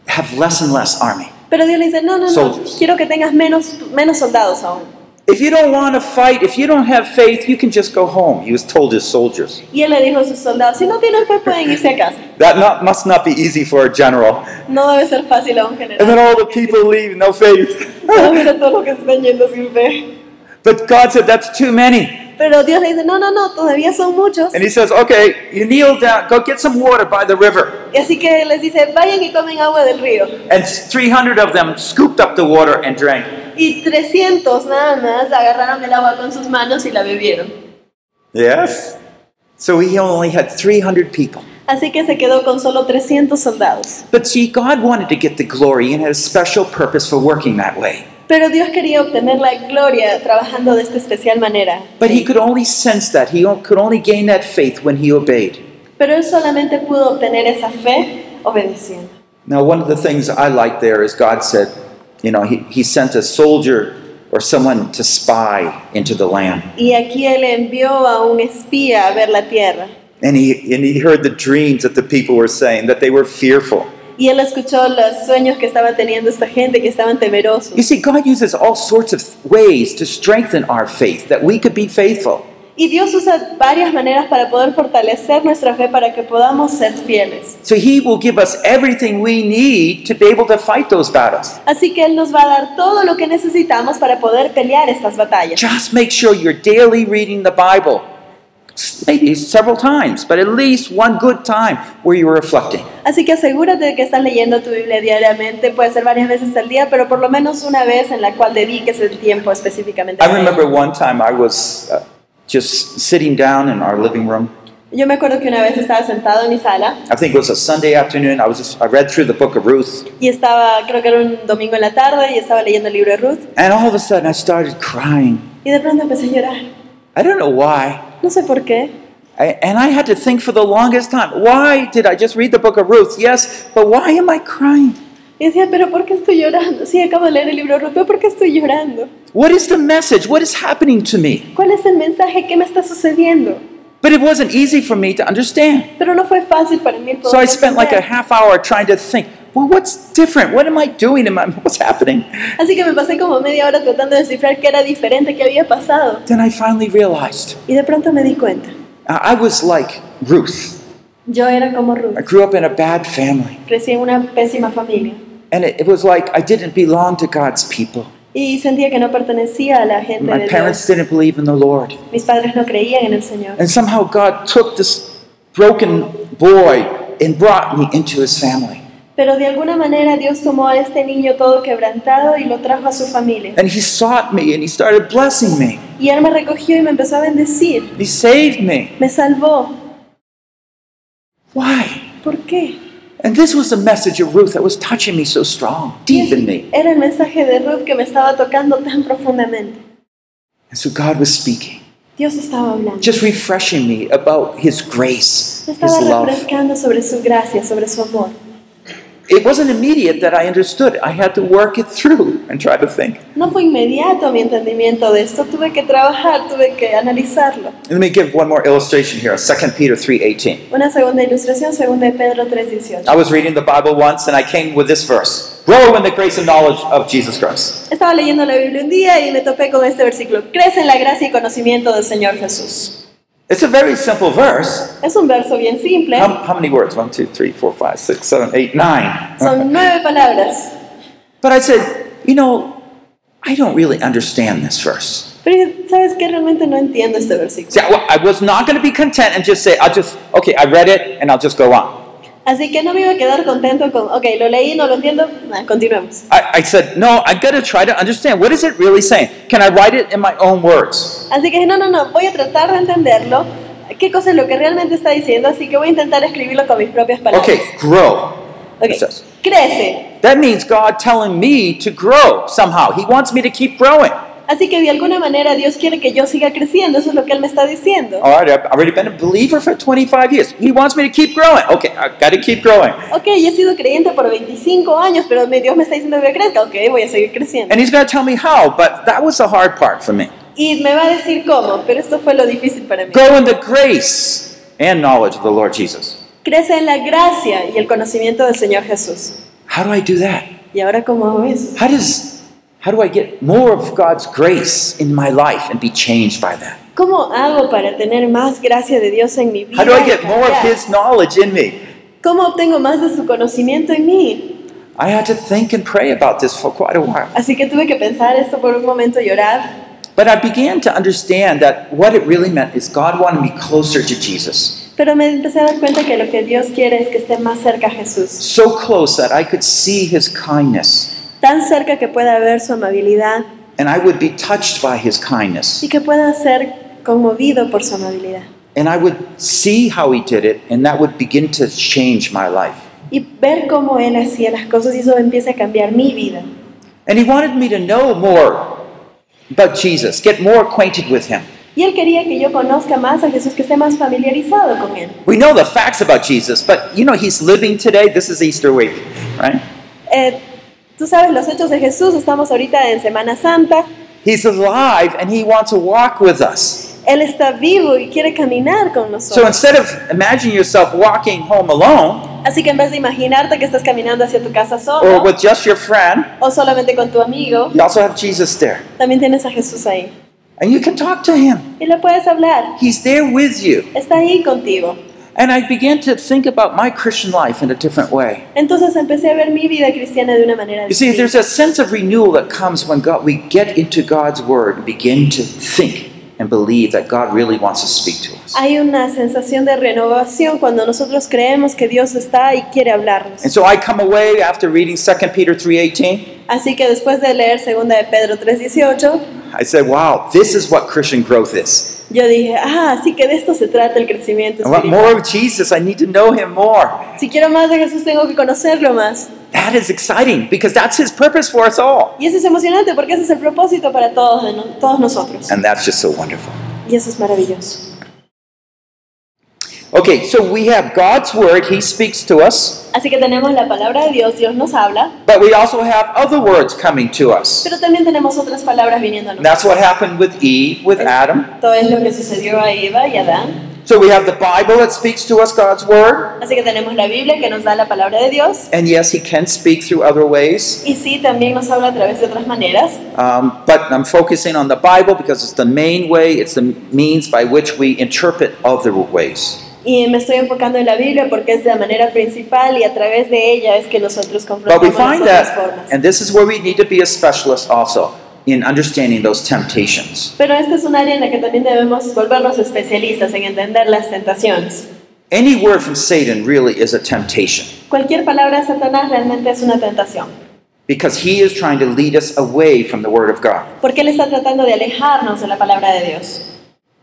have less and less army.
Pero Dios le dice, no, no, no,
Soldiers.
quiero que tengas menos, menos soldados aún.
If you don't want to fight, if you don't have faith, you can just go home. He was told his soldiers.
Y él le dijo a sus soldados, si no tienen fe pueden irse a casa.
That not, must not be easy for a general.
No debe ser fácil a un
[laughs]
general.
And then all the people leave, no faith. [laughs]
No, mira todo lo que se están yendo sin fe.
but God said, that's too many.
Pero Dios le dice, no, no, no, todavía son muchos.
And he says, okay, you kneel down, go get some water by the river.
Y así que les dice, vayan y tomen agua del río.
And 300 of them scooped up the water and drank.
Y 300 nada más agarraron el agua con sus manos y la bebieron.
Yes. So he only had 300 people.
Así que se quedó con solo 300 soldados.
But see, God wanted to get the glory and had a special purpose for working that way.
Pero Dios quería obtener la gloria trabajando de esta especial manera.
But he could only sense that. He o- could only gain that faith when he obeyed.
Pero él solamente pudo obtener esa fe obedeciendo.
Now, one of the things I like there is God said, you know, he, he sent a soldier or someone to spy into the land.
Y aquí él envió a un espía a ver la tierra.
And he, and he heard the dreams that the people were saying, that they were fearful.
Y él escuchó los sueños que estaba teniendo esta gente, que estaban temerosos.
You see, God uses all sorts of ways to strengthen our faith, that we could be faithful.
Y Dios usa varias maneras para poder fortalecer nuestra fe para que podamos ser fieles.
So He will give us everything we need to be able to fight those battles.
Así que Él nos va a dar todo lo que necesitamos para poder pelear estas batallas.
Just make sure you're daily reading the Bible, maybe several times, but at least one good time where you're reflecting.
Así que asegúrate de que estás leyendo tu Biblia diariamente, puede ser varias veces al día, pero por lo menos una vez en la cual dediques el tiempo específicamente.
I
para ello.
remember one time I was uh, just sitting down in our living room.
Yo me acuerdo que una vez estaba sentado en mi sala
I think it was a Sunday afternoon. I was just, I read through the book of Ruth,
y estaba, creo que era un domingo en la tarde, y estaba leyendo el libro de Ruth
and all of a sudden I started crying.
y de pronto empecé a llorar.
I don't know why.
No sé por qué.
I, and I had to think for the longest time. Why did I just read the book of Ruth? Yes, but why am I crying?
Y decía, pero ¿por qué estoy llorando? Sí, acabo de leer el libro de Ruth, pero ¿por qué estoy llorando?
What is the message? What is happening to me?
¿Cuál es el mensaje? ¿Qué me está sucediendo?
But it wasn't easy for me to understand.
Pero no fue fácil para mí.
So I
poder
spent like a
entender.
half hour trying to think, well, what's different? What am I doing? Am I, [laughs] what's happening?
Así que me pasé como media hora tratando de descifrar qué era diferente, qué había pasado.
Then I finally realized uh,
Y de pronto me di cuenta.
I I was like Ruth.
Yo era como Ruth.
I grew up in a bad family.
Crecí en una pésima familia
And it, it was like I didn't belong to God's people.
y sentía que no pertenecía a la gente
My
de
parents didn't believe in the Lord.
Dios. Mis padres no creían en el Señor.
And somehow God took this broken boy and brought me into his family.
Pero de alguna manera Dios tomó a este niño todo quebrantado y lo trajo a su familia.
And he sought me and he started blessing me.
Y Él me recogió y me empezó a bendecir.
He saved me.
Me salvó.
Why?
¿Por qué?
And this was the message of Ruth that was touching me so strong, deep in me.
Era el mensaje de Ruth que me estaba tocando tan profundamente.
And so God was speaking,
Dios estaba hablando.
just refreshing me about his grace,
Me
his
estaba
love.
refrescando sobre su gracia, sobre su amor.
It wasn't immediate that I understood. I had to work it through and try to think.
No fue inmediato mi entendimiento de esto, tuve que trabajar, tuve que analizarlo.
Let me give one more illustration here, 2 Peter 3:18.
Una segunda ilustración, segunda de Pedro 3:18.
I was reading the Bible once and I came with this verse. Grow in the grace and knowledge of Jesus Christ.
Estaba leyendo la Biblia un día y me topé con este versículo. Crece en la gracia y conocimiento del Señor Jesús.
It's a very simple verse.
Es un verso bien simple,
How, how many words? One, two, three, four, five, six, seven, eight, nine.
son nueve palabras.
But I said, you know, I don't really understand this verse.
Pero sabes que realmente no entiendo este versículo.
See, I, I was not going to be content and just say, I'll just, okay, I read it and I'll just go on.
Así que no me iba a quedar contento con, ok, lo leí, no lo entiendo, nah, continuemos.
I, I said, no, i got to try to understand. What is it really saying? Can I write it in my own words?
Así que dije, no, no, no, voy a tratar de entenderlo. ¿Qué cosa es lo que realmente está diciendo? Así que voy a intentar escribirlo con mis propias palabras.
Okay, grow.
Ok.
Eso.
Crece.
That means God telling me to grow somehow. He wants me to keep growing.
Así que de alguna manera Dios quiere que yo siga creciendo, eso es lo que Él me está diciendo.
All right, I've already been a believer for 25 years. He wants me to keep growing. Okay, i got to keep growing.
Ok, yo he sido creyente por 25 años, pero mi Dios me está diciendo que crezca, ok, voy a seguir creciendo.
And He's going to tell me how, but that was the hard part for me.
Y me va a decir cómo, pero esto fue lo difícil para mí.
Grow in the grace and knowledge of the Lord Jesus.
Crece en la gracia y el conocimiento del Señor Jesús.
How do I do that?
¿Y ahora cómo hago eso?
How does how do I get more of God's grace in my life and be changed by that?
¿Cómo hago para tener más gracia de Dios en mi vida?
How do I
y
get more of
cambiar?
his knowledge in me?
¿Cómo obtengo más de su conocimiento en mí?
I had to think and pray about this for quite a while.
Así que tuve que pensar esto por un momento, llorar.
But I began to understand that what it really meant is God wanted me closer to Jesus.
Pero me empecé a dar cuenta que lo que Dios quiere es que esté más cerca a Jesús.
So close that I could see his kindness
Tan cerca que pueda ver su amabilidad
and I would be touched by his kindness.
y que pueda ser conmovido por su amabilidad.
And I would see how he did it and that would begin to change my life.
Y ver cómo Él hacía las cosas y eso empieza a cambiar mi vida.
And he wanted me to know more about Jesus, get more acquainted with him.
Y Él quería que yo conozca más a Jesús, que esté más familiarizado con Él.
We know the facts about Jesus, but you know, he's living today. This is Easter week, right?
Eh, Tú sabes los hechos de Jesús, estamos ahorita en Semana Santa.
He's alive and he wants to walk with us.
Él está vivo y quiere caminar con
So
nosotros.
instead of imagining yourself walking home alone
Así que en vez de imaginarte que estás caminando hacia tu casa
or
solo
with just your friend,
o solamente con tu amigo,
you also have Jesus there.
también tienes a Jesús ahí.
and you can talk to him.
y le puedes hablar.
He's there with you.
Está ahí contigo.
And I began to think about my Christian life in a different way.
Entonces empecé a ver mi vida cristiana de una manera
You see,
distinta.
there's a sense of renewal that comes when God, we get into God's Word and begin to think and believe that God really wants to speak to us.
Hay una sensación de renovación cuando nosotros creemos que Dios está y quiere hablarnos.
And so I come away after reading 2 Peter 3.18.
Así que después de leer 2 de Pedro 3:18,
I said, wow, this is what Christian growth is.
yo dije, ah, así que de esto se trata el crecimiento
I want
espiritual.
more of Jesus. I need to know him more.
Si quiero más de Jesús, tengo que conocerlo más.
That is exciting because that's his purpose for us all.
Y eso es emocionante porque ese es el propósito para todos, de no- todos nosotros.
And that's just so wonderful.
Y eso es maravilloso.
Okay, so we have God's Word. He speaks to us.
Así que tenemos la palabra de Dios, Dios nos habla,
But we also have other words coming to us.
pero también tenemos otras palabras viniendo a
And
nosotros.
that's what happened with Eve, with Adam.
Esto es lo que sucedió a Eva y a Adán.
So we have the Bible that speaks to us, God's Word.
Así que tenemos la Biblia que nos da la palabra de Dios.
And yes, He can speak through other ways.
Y sí, también nos habla a través de otras maneras,
Um, but I'm focusing on the Bible because it's the main way, it's the means by which we interpret other ways.
Y me estoy enfocando en la Biblia porque es la manera principal y a través de ella es que nosotros
But we
confrontamos las
find
otras
that,
formas.
and this is where we need to be a specialist also in understanding those temptations.
Pero esta es un área en la que también debemos volvernos especialistas en entender las tentaciones.
Any word from Satan really is a temptation.
Cualquier palabra de Satanás realmente es una tentación,
because he is trying to lead us away from the Word of God.
porque él está tratando de alejarnos de la palabra de Dios.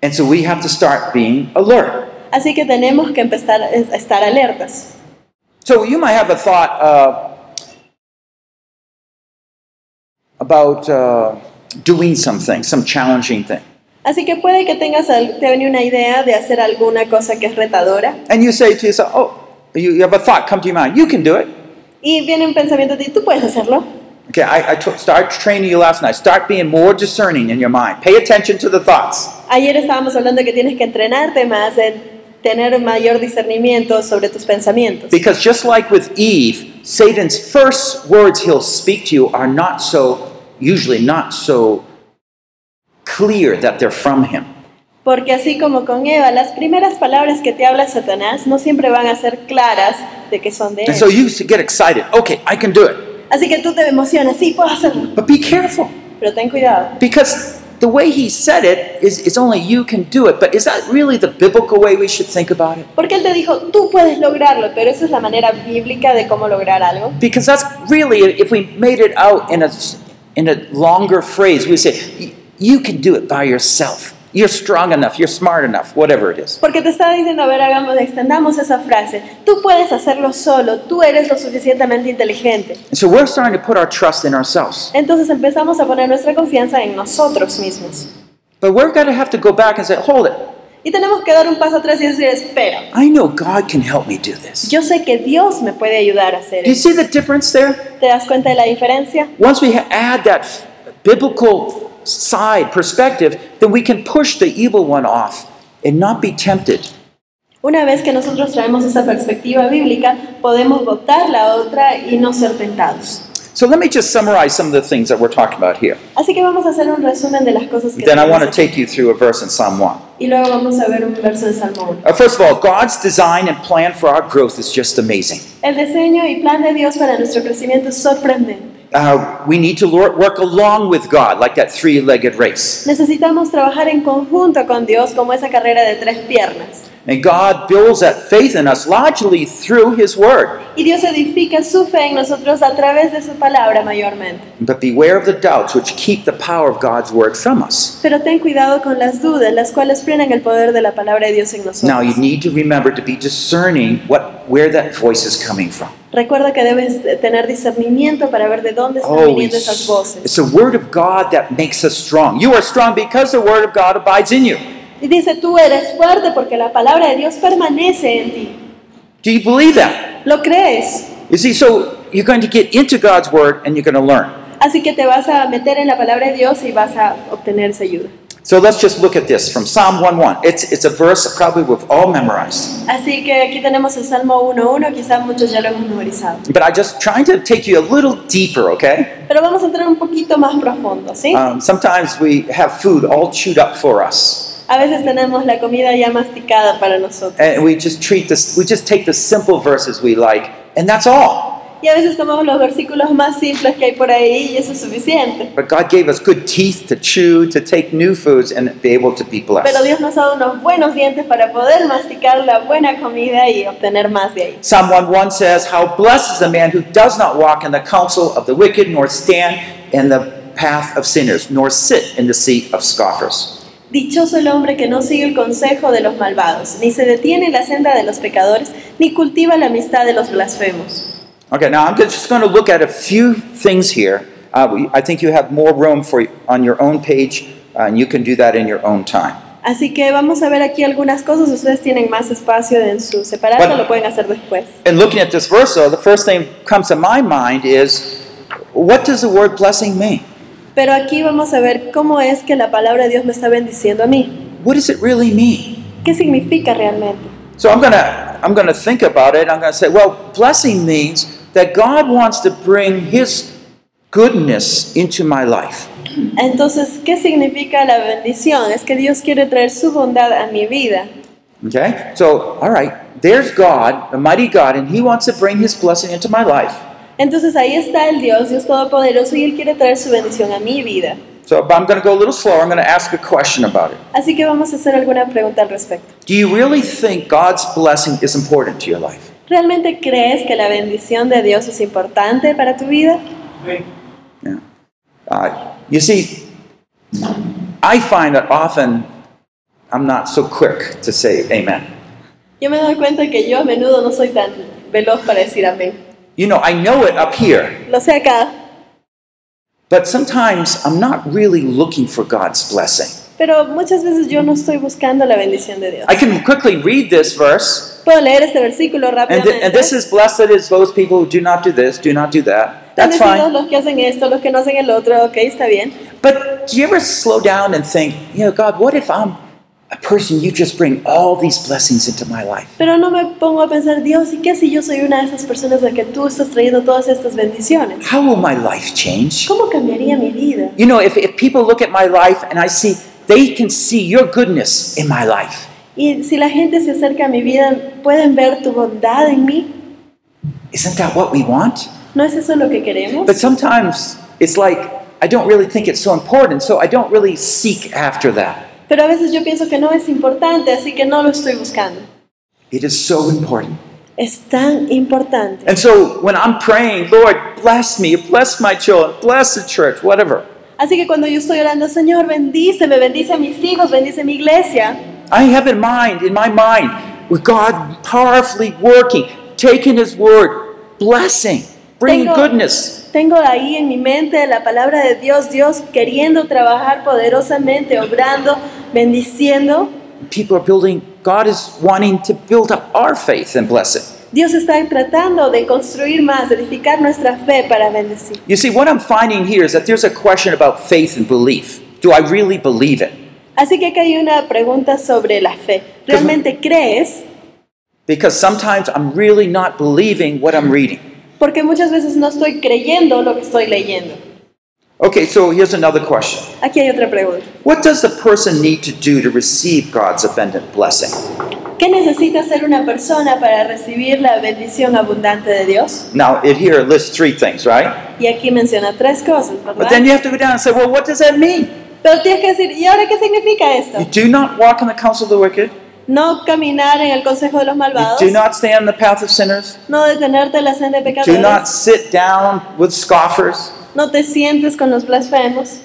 And so we have to start being alert.
Así que tenemos que empezar a estar alertas.
So you might have a thought uh, about uh, doing something, some challenging thing.
Así que puede que tengas al- te venga una idea de hacer alguna cosa que es retadora
And you say to yourself, oh, you, you have a thought come to your mind, you can do it.
y viene un pensamiento de tú puedes hacerlo.
Okay, I I t- start training you last night. Start being more discerning in your mind. Pay attention to the thoughts.
Ayer estábamos hablando que tienes que entrenarte más en tener mayor discernimiento sobre tus pensamientos.
Because just like with Eve, Satan's first words he'll speak to you are not so, usually not so clear that they're from him.
Porque así como con Eva, las primeras palabras que te habla Satanás no siempre van a ser claras de que son de
And so
él.
you used to get excited. Okay, I can do it.
Así que tú te emocionas, sí, puedo hacerlo,
But be careful.
pero ten cuidado.
Because the way he said it is it's only you can do it. But is that really the biblical way we should think about it?
Porque él te dijo, tú puedes lograrlo, pero esa es la manera bíblica de cómo lograr algo.
Because that's really, if we made it out in a, in a longer phrase, we say, you can do it by yourself. You're strong enough. You're smart enough. Whatever it is.
Porque te estaba diciendo, a ver, hagamos, extendamos esa frase. Tú puedes hacerlo solo, tú eres lo suficientemente inteligente.
And so we're starting to put our trust in ourselves.
Entonces empezamos a poner nuestra confianza en nosotros mismos.
But we're going to have to go back and say, hold it.
Y tenemos que dar un paso atrás y decir, espera,
I know God can help me do this.
yo sé que Dios me puede ayudar a hacer
Do you
eso.
see the difference there?
¿Te das cuenta de la diferencia?
Once we ha- add that f- biblical side perspective, then we can push the evil one off and not be tempted.
Una vez que nosotros traemos esa perspectiva bíblica, podemos botar la otra y no ser tentados.
So let me just summarize some of the things that we're talking about here.
Así que vamos a hacer un resumen de las cosas que
Then I
tenemos
want to take you through a verse in Psalm 1.
y luego vamos a ver un verso de Salmo 1.
Uh, First of all, God's design and plan for our growth is just amazing.
El diseño y plan de Dios para nuestro crecimiento es sorprendente.
Uh, we need to lo- work along with God, like that three legged race.
Necesitamos trabajar en conjunto con Dios como esa carrera de tres piernas.
And God builds that faith in us largely through His Word.
Y Dios edifica su fe en nosotros a través de su palabra mayormente.
But beware of the doubts which keep the power of God's Word from us.
Pero ten cuidado con las dudas, las cuales frenan el poder de la palabra de Dios en
Now you
nosotros.
need to remember to be discerning what where that voice is coming from.
Recuerda que debes eh, tener discernimiento para ver de dónde están
Oh,
viniendo esas
it's,
voces.
it's the Word of God that makes us strong. You are strong because the Word of God abides in you.
Y dice, tú eres fuerte porque la palabra de Dios permanece en ti.
Do you believe that?
¿Lo crees?
You see, so you're going to get into God's Word and you're going to learn.
Así que te vas a meter en la palabra de Dios y vas a obtener esa ayuda.
So let's just look at this from Psalm 1:1. It's, it's a verse that probably we've all memorized.
Así que aquí tenemos el Salmo 1.1, quizás muchos ya lo hemos memorizado.
But I just trying to take you a little deeper, okay?
Pero vamos a entrar un poquito más profundo, ¿sí?
Um, sometimes we have food all chewed up for us,
A veces tenemos la comida ya masticada para nosotros.
and we just treat this. We just take the simple verses we like, and that's all.
Y a veces tomamos los versículos más simples que hay por ahí y eso es suficiente.
But God gave us good teeth to chew, to take new foods, and be able to be
Pero
blessed.
Dios nos ha dado unos buenos dientes para poder masticar la buena comida y obtener más de ahí.
Psalm 1:1 says, "How blessed is the man who does not walk in the counsel of the wicked, nor stand in the path of sinners, nor sit in the seat of scoffers."
Dichoso el hombre que no sigue el consejo de los malvados, ni se detiene en la senda de los pecadores, ni cultiva la amistad de los blasfemos.
Okay, now I'm just going to look at a few things here. Uh, we- I think you have more room for on your own page, uh, and you can do that in your own time.
Así que vamos a ver aquí algunas cosas. Ustedes tienen más espacio en su separado,
Bueno.
lo pueden hacer después.
In looking at this verse, though, the first thing comes to my mind is, what does the word blessing mean?
Pero aquí vamos a ver cómo es que la palabra de Dios me está bendiciendo a mí.
What does it really mean?
¿Qué significa realmente?
So I'm gonna I'm gonna think about it. I'm gonna say, well, blessing means that God wants to bring His goodness into my life.
Entonces, ¿qué significa la bendición? Es que Dios quiere traer su bondad a mi vida.
Okay, so all right, there's God, the mighty God, and He wants to bring His blessing into my life.
Entonces ahí está el Dios, Dios Todopoderoso, y Él quiere traer su bendición a mi vida.
So but I'm going to go a little slower. I'm going to ask a question about it.
Así que vamos a hacer alguna pregunta al respecto.
Do you really think God's blessing is important to your life?
¿Realmente crees que la bendición de Dios es importante para tu vida?
Yeah. Uh, you see, I find that often I'm not so quick to say amen.
Yo me doy cuenta que yo a menudo no soy tan veloz para decir amén.
You know, I know it up here,
Lo sé acá,
but sometimes I'm not really looking for God's blessing.
pero muchas veces yo no estoy buscando la bendición de Dios.
I can quickly read this verse,
Puedo leer este versículo
and,
rápidamente.
th- and this is blessed is those people who do not do this, do not do that. That's
Bendecidos
fine.
los que hacen esto, los que no hacen el otro, ok, está bien.
But do you ever slow down and think, you know, God, what if I'm a person you just bring all these blessings into my life?
Pero no me pongo a pensar, Dios, ¿y qué si yo soy una de esas personas de que tú estás trayendo todas estas bendiciones?
How will my life change?
¿Cómo cambiaría mi vida?
You know, if, if people look at my life and I see, they can see your goodness in my life.
Y si la gente se acerca a mi vida, ¿pueden ver tu bondad en mí?
Isn't that what we want?
¿No es eso lo que queremos?
But sometimes it's like, I don't really think it's so important, so I don't really seek after that.
Pero a veces yo pienso que no es importante, así que no lo estoy buscando.
It is so important.
Es tan importante.
And so when I'm praying, Lord, bless me, bless my children, bless the church, whatever.
Así que cuando yo estoy orando, Señor, bendíceme, bendice a mis hijos, bendice a mi iglesia.
I have in mind, in my mind, with God powerfully working, taking His word, blessing, bringing
Tengo-
goodness.
Tengo ahí en mi mente la palabra de Dios, Dios queriendo trabajar poderosamente, obrando, bendiciendo.
People are building, God is wanting to build up our faith and blessing.
Dios está tratando de construir más, de edificar nuestra fe para bendecir.
You see, what I'm finding here is that there's a question about faith and belief. Do I really believe it?
Así que acá hay una pregunta sobre la fe. ¿Realmente crees?
Because sometimes I'm really not believing what I'm reading.
Porque muchas veces no estoy creyendo lo que estoy leyendo.
Okay, so here's another question
Aquí hay otra pregunta.
What does the person need to do to receive God's abundant blessing?
¿Qué necesita ser una persona para recibir la bendición abundante de Dios?
Now, it here lists three things, right?
Y aquí menciona tres cosas,
But then
¿verdad?
you have to go down and say, well, what does that mean?
Pero tienes que decir, ¿y ahora qué significa esto?
You do not walk in the counsel of the wicked.
No caminar en el consejo de los
You
malvados.
do not stand in the path of sinners.
No detenerte en la senda de
Do not
pecadores.
sit down with scoffers.
No te sientes con los blasfemos.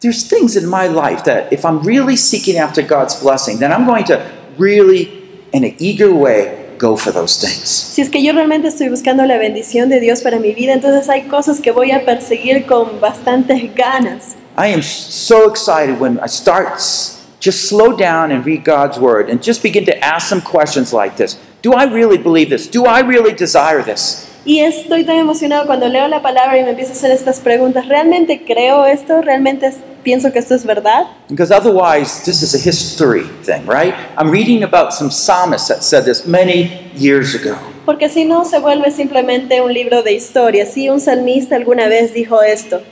There's things in my life that if I'm really seeking after God's blessing, then I'm going to really, in an eager way, go for those things.
Si es que yo realmente estoy buscando la bendición de Dios para mi vida, entonces hay cosas que voy a perseguir con bastantes ganas.
I am so excited when I start s- just slow down and read God's word and just begin to ask some questions like this. Do I really believe this? Do I really desire this?
Y estoy tan emocionado cuando leo la palabra y me empiezo a hacer estas preguntas. ¿Realmente creo esto? ¿Realmente es- pienso que esto es verdad?
Because otherwise, this is a history thing, right? I'm reading about some psalmist that said this many years ago.
Porque si no, se vuelve simplemente un libro de historia. Sí, un salmista alguna vez dijo esto,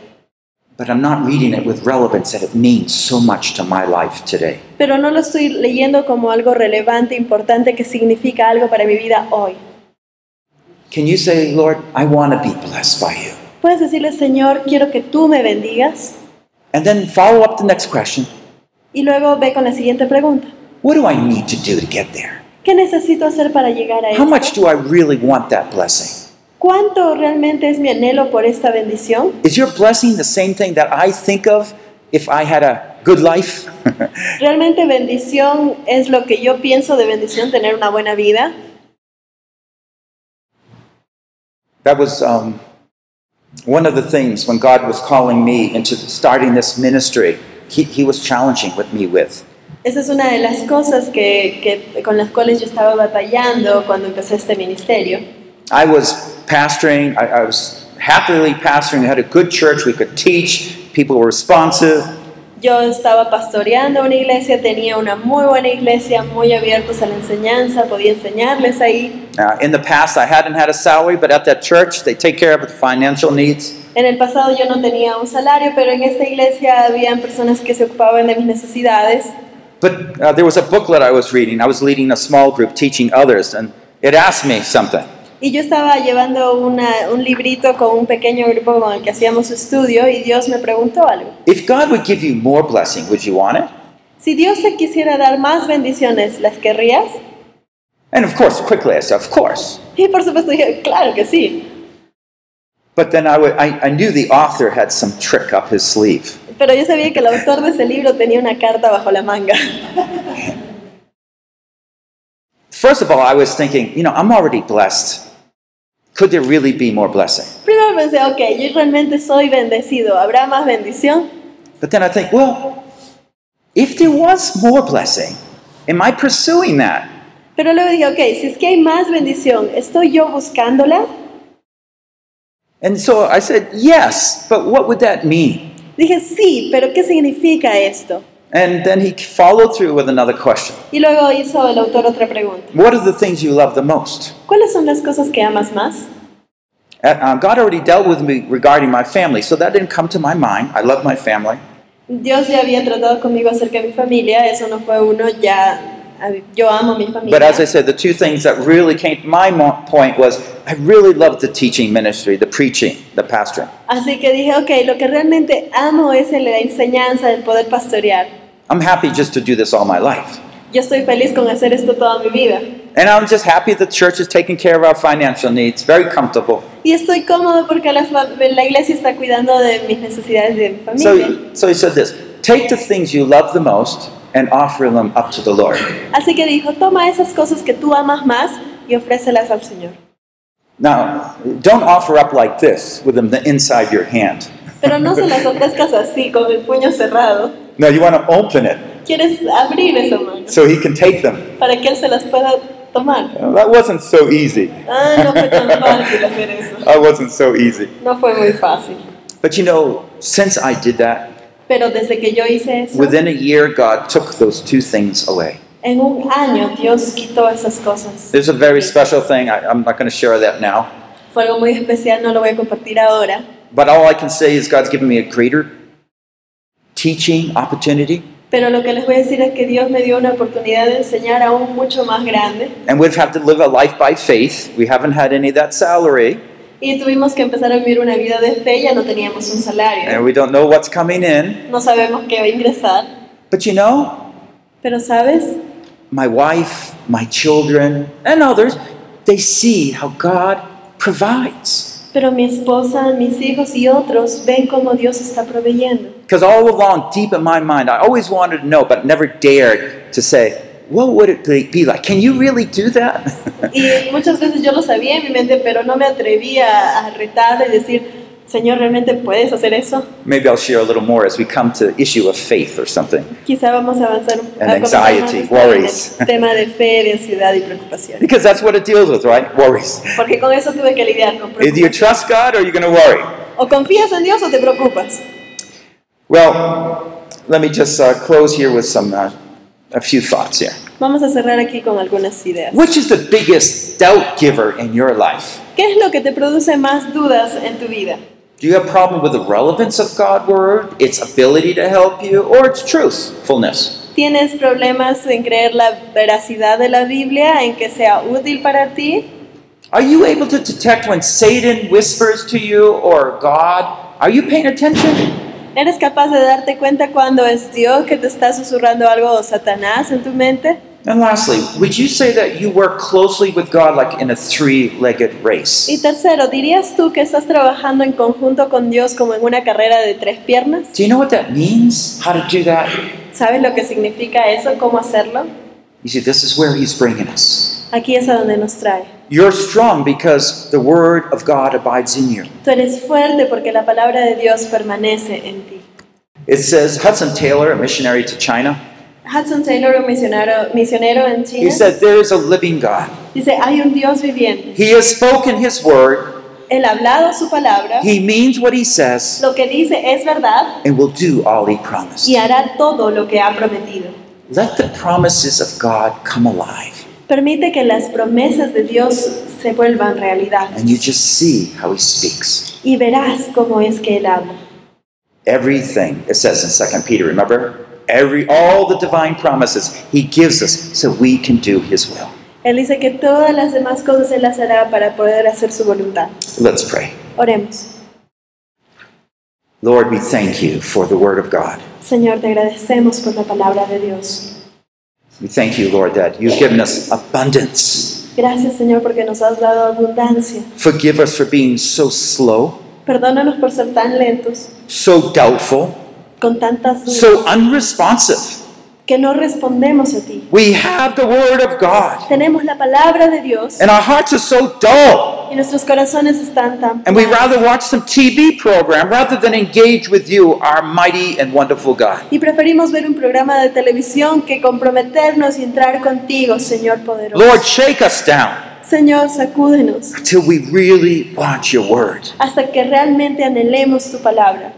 But I'm not reading it with relevance that it means so much to my life today.
pero no lo estoy leyendo como algo relevante, importante, que significa algo para mi vida hoy.
Can you say, Lord, I want to be blessed by you?
Puedes decirle, Señor, quiero que tú me bendigas.
And then follow up the next question
Y luego ve con la siguiente pregunta.
What do I need to do to get there?
¿Qué necesito hacer para llegar a
How much
esto?
do I really want that blessing?
¿Cuánto realmente es mi anhelo por esta bendición?
Is your blessing the same thing that I think of if I had a good life?
¿Realmente bendición es lo que yo pienso de bendición, tener una buena vida?
That was um, one of the things when God was calling me into starting this ministry, he, he was challenging with me with.
Esa es una de las cosas que, que- con las cuales yo estaba batallando cuando empecé este ministerio.
I was pastoring, I, I was happily pastoring, I had a good church, we could teach, people were responsive,
Yo estaba pastoreando una iglesia, tenía una muy buena iglesia, muy abiertos a la enseñanza, podía enseñarles ahí.
Uh, in the past, I hadn't had a salary, but at that church, they take care of the financial needs.
En el pasado yo no tenía un salario, pero en esta iglesia habían personas que se ocupaban de mis necesidades.
But uh, there was a booklet I was reading. I was leading a small group teaching others, and it asked me something.
Y yo estaba llevando una- un librito con un pequeño grupo con el que hacíamos estudio y Dios me preguntó algo.
If God would give you more blessing, would you want it?
Si Dios te quisiera dar más bendiciones, ¿las querrías?
And of course, quickly I said, Of course.
Y por supuesto dije, claro que sí.
But then I, would, I, I knew the author had some trick up his sleeve.
Pero yo sabía que el autor de ese libro tenía una carta bajo la manga.
First of all, I was thinking, you know, I'm already blessed. Could there really be more blessing?
Primero pensé, ok, yo realmente soy bendecido, ¿habrá más bendición?
But then I think, well, if there was more blessing, am I pursuing that?
Pero luego dije, ok, si es que hay más bendición, ¿estoy yo buscándola?
And so I said, Yes, but what would that mean?
Dije, sí, pero ¿qué significa esto?
And then he followed through with another question
Y luego hizo el autor otra pregunta.
What are the things you love the most?
¿Cuáles son las cosas que amas más?
Uh, uh, God already dealt with me regarding my family, so that didn't come to my mind. I love my family.
Dios ya había tratado conmigo acerca de mi familia, eso no fue uno, ya a ver, yo amo mi familia.
But as I said, the two things that really came to my mo- point was I really loved the teaching ministry, the preaching, the pastoring.
Así que dije, ok, lo que realmente amo es el- la enseñanza, el poder pastorear.
I'm happy just to do this all my life.
Yo estoy feliz con hacer esto toda mi vida.
And I'm just happy the church is taking care of our financial needs, very comfortable.
Y estoy cómodo porque la, fa- la iglesia está cuidando de mis necesidades de mi familia.
So, so he said this Take the things you love the most and offer them up to the Lord.
Así que dijo, toma esas cosas que tú amas más y ofrécelas al Señor.
Now, don't offer up like this with them inside your hand.
Pero no se las ofrezcas así, con el puño cerrado.
No, you want to open it
Quieres abrir esa mano
so he can take them.
para que Él se las pueda tomar.
Well, that wasn't so easy.
Ah, no fue tan fácil hacer eso.
That wasn't so easy.
No fue muy fácil.
But you know, since I did that,
Pero desde que yo hice eso,
within a year, God took those two things away.
en un año Dios quitó esas cosas.
There's a very special thing. I, I'm not going to share that now.
Fue algo muy especial, no lo voy a compartir ahora.
But all I can say is God's given me a greater teaching opportunity.
Pero lo que les voy a decir es que Dios me dio una oportunidad de enseñar aún mucho más grande.
And we've had to live a life by faith. We haven't had any of that salary,
Y tuvimos que empezar a vivir una vida de fe, ya no teníamos un salario.
and we don't know what's coming in.
No sabemos qué va a ingresar.
But you know,
Pero sabes,
my wife, my children, and others, they see how God provides.
pero mi esposa, mis hijos y otros ven cómo Dios está proveyendo.
Because all along, deep in my mind, I always wanted to know, but never dared to say, What would it be be like? Can you really do that? [laughs]
Y muchas veces yo lo sabía en mi mente, pero no me atrevía a retar y decir, Señor, ¿realmente puedes hacer eso?
Maybe I'll share a little more as we come to issue of faith or something.
Quizá vamos a avanzar un
And
a comentar más
anxiety,
esta en el
worries.
tema de fe, de ansiedad y preocupación.
Because that's what it deals with, right? Worries.
Porque con eso tuve que lidiar con
Either you
preocupación.
trust God or you're going to worry.
O confías en Dios o te preocupas.
Well, let me just uh, close here with some uh, a few thoughts here.
Vamos a cerrar aquí con algunas ideas.
Which is the biggest doubt giver in your life?
¿Qué es lo que te produce más dudas en tu vida?
Do you have a problem with the relevance of God's word, its ability to help you, or its truthfulness?
¿Tienes problemas en creer la veracidad de la Biblia, en que sea útil para ti?
Are you able to detect when Satan whispers to you or God? Are you paying attention?
¿Eres capaz de darte cuenta cuando es Dios que te está susurrando algo o Satanás en tu mente?
And lastly, would you say that you work closely with God like in a three-legged race?
Y tercero, ¿dirías tú que estás trabajando en conjunto con Dios como en una carrera de tres piernas?
Do you know what that means? How to do that?
¿Sabes lo que significa eso? ¿Cómo hacerlo?
You see, this is where he's bringing us.
Aquí es a donde nos trae.
You're strong because the word of God abides in you.
Tú eres fuerte porque la palabra de Dios permanece en ti.
It says Hudson Taylor, a missionary to China,
Hudson Taylor, un misionero, misionero en
he
China,
said, There is a living God.
dice, hay un Dios viviente.
He has spoken his word,
Él ha hablado su palabra,
he means what he says,
lo que dice es verdad
and will do all he promised.
y hará todo lo que ha prometido.
Let the promises of God come alive,
Permite que las promesas de Dios se vuelvan realidad
and you just see how he speaks.
y verás cómo es que Él habla.
Everything, it says in 2 Peter, remember? Every all the divine promises he gives us so we can do his will.
Él dice que todas las demás cosas Él las hará para poder hacer su voluntad.
Let's pray.
Oremos.
Lord, we thank you for the Word of God.
Señor, te agradecemos por la palabra de Dios.
We thank you, Lord, that you've given us abundance.
Gracias, Señor, porque nos has dado abundancia.
Forgive us for being so slow,
Perdónanos por ser tan lentos,
so doubtful,
con tantas dudas,
so unresponsive.
que no respondemos a ti.
We have the Word of God,
Tenemos la palabra de Dios
and our hearts are so dull,
y nuestros corazones están tan...
and we rather watch some TV program rather than engage with you, our mighty and wonderful God.
Y preferimos ver un programa de televisión que comprometernos y entrar contigo, Señor poderoso.
Lord, shake us down
Señor, sacúdenos
till we really want your Word.
hasta que realmente anhelemos tu palabra.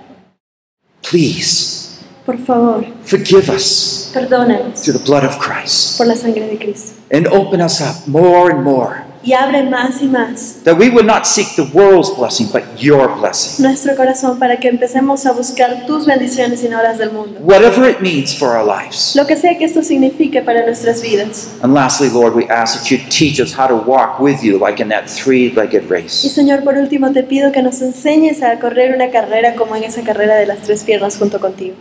Please
Por favor,
forgive us
perdónanos
through the blood of Christ
por la sangre de Cristo.
and open us up more and more.
Y abre más y más
that we would not seek the world's blessing, but your blessing.
nuestro corazón para que empecemos a buscar tus bendiciones y no las del mundo.
Whatever it means for our lives.
Lo que sea que esto signifique para nuestras vidas.
And lastly, Lord, we ask that you teach us how to walk with you like in that three legged
Y
race.
Señor, por último te pido que nos enseñes a correr una carrera como en esa carrera de las tres piernas junto contigo.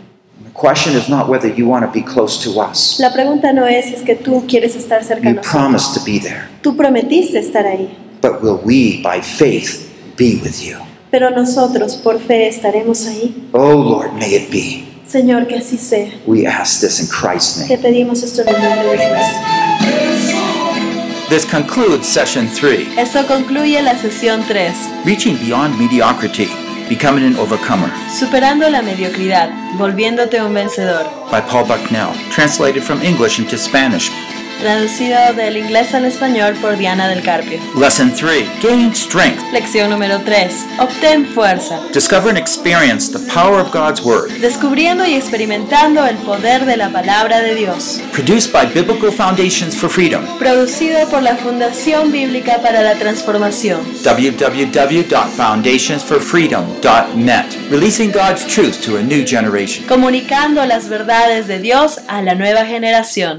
The question is not whether you want to be close to us,
La pregunta no es si es que tú quieres estar cerca
you
de nosotros.
promised to be there,
Tú prometiste estar ahí,
but will we, by faith, be with you?
pero nosotros por fe estaremos ahí.
Oh, Lord, may it be.
Señor, que así sea.
We ask this in Christ's
Te
name.
pedimos esto en el nombre de Jesús.
This concludes session three
Esto concluye la sesión 3,
Reaching Beyond Mediocrity, Becoming an Overcomer
Superando la Mediocridad, Volviéndote un Vencedor,
by Paul Bucknell, translated from English into Spanish.
traducido del inglés al español por Diana del Carpio.
Lesson 3 Gain Strength.
Lección número 3, Obtén Fuerza,
Discover and experience the power of God's Word.
descubriendo y experimentando el poder de la palabra de Dios.
Produced by Biblical Foundations for Freedom.
Producido por la Fundación Bíblica para la Transformación.
www.foundationsforfreedom.net. Releasing God's truth to a new generation.
comunicando las verdades de Dios a la nueva generación.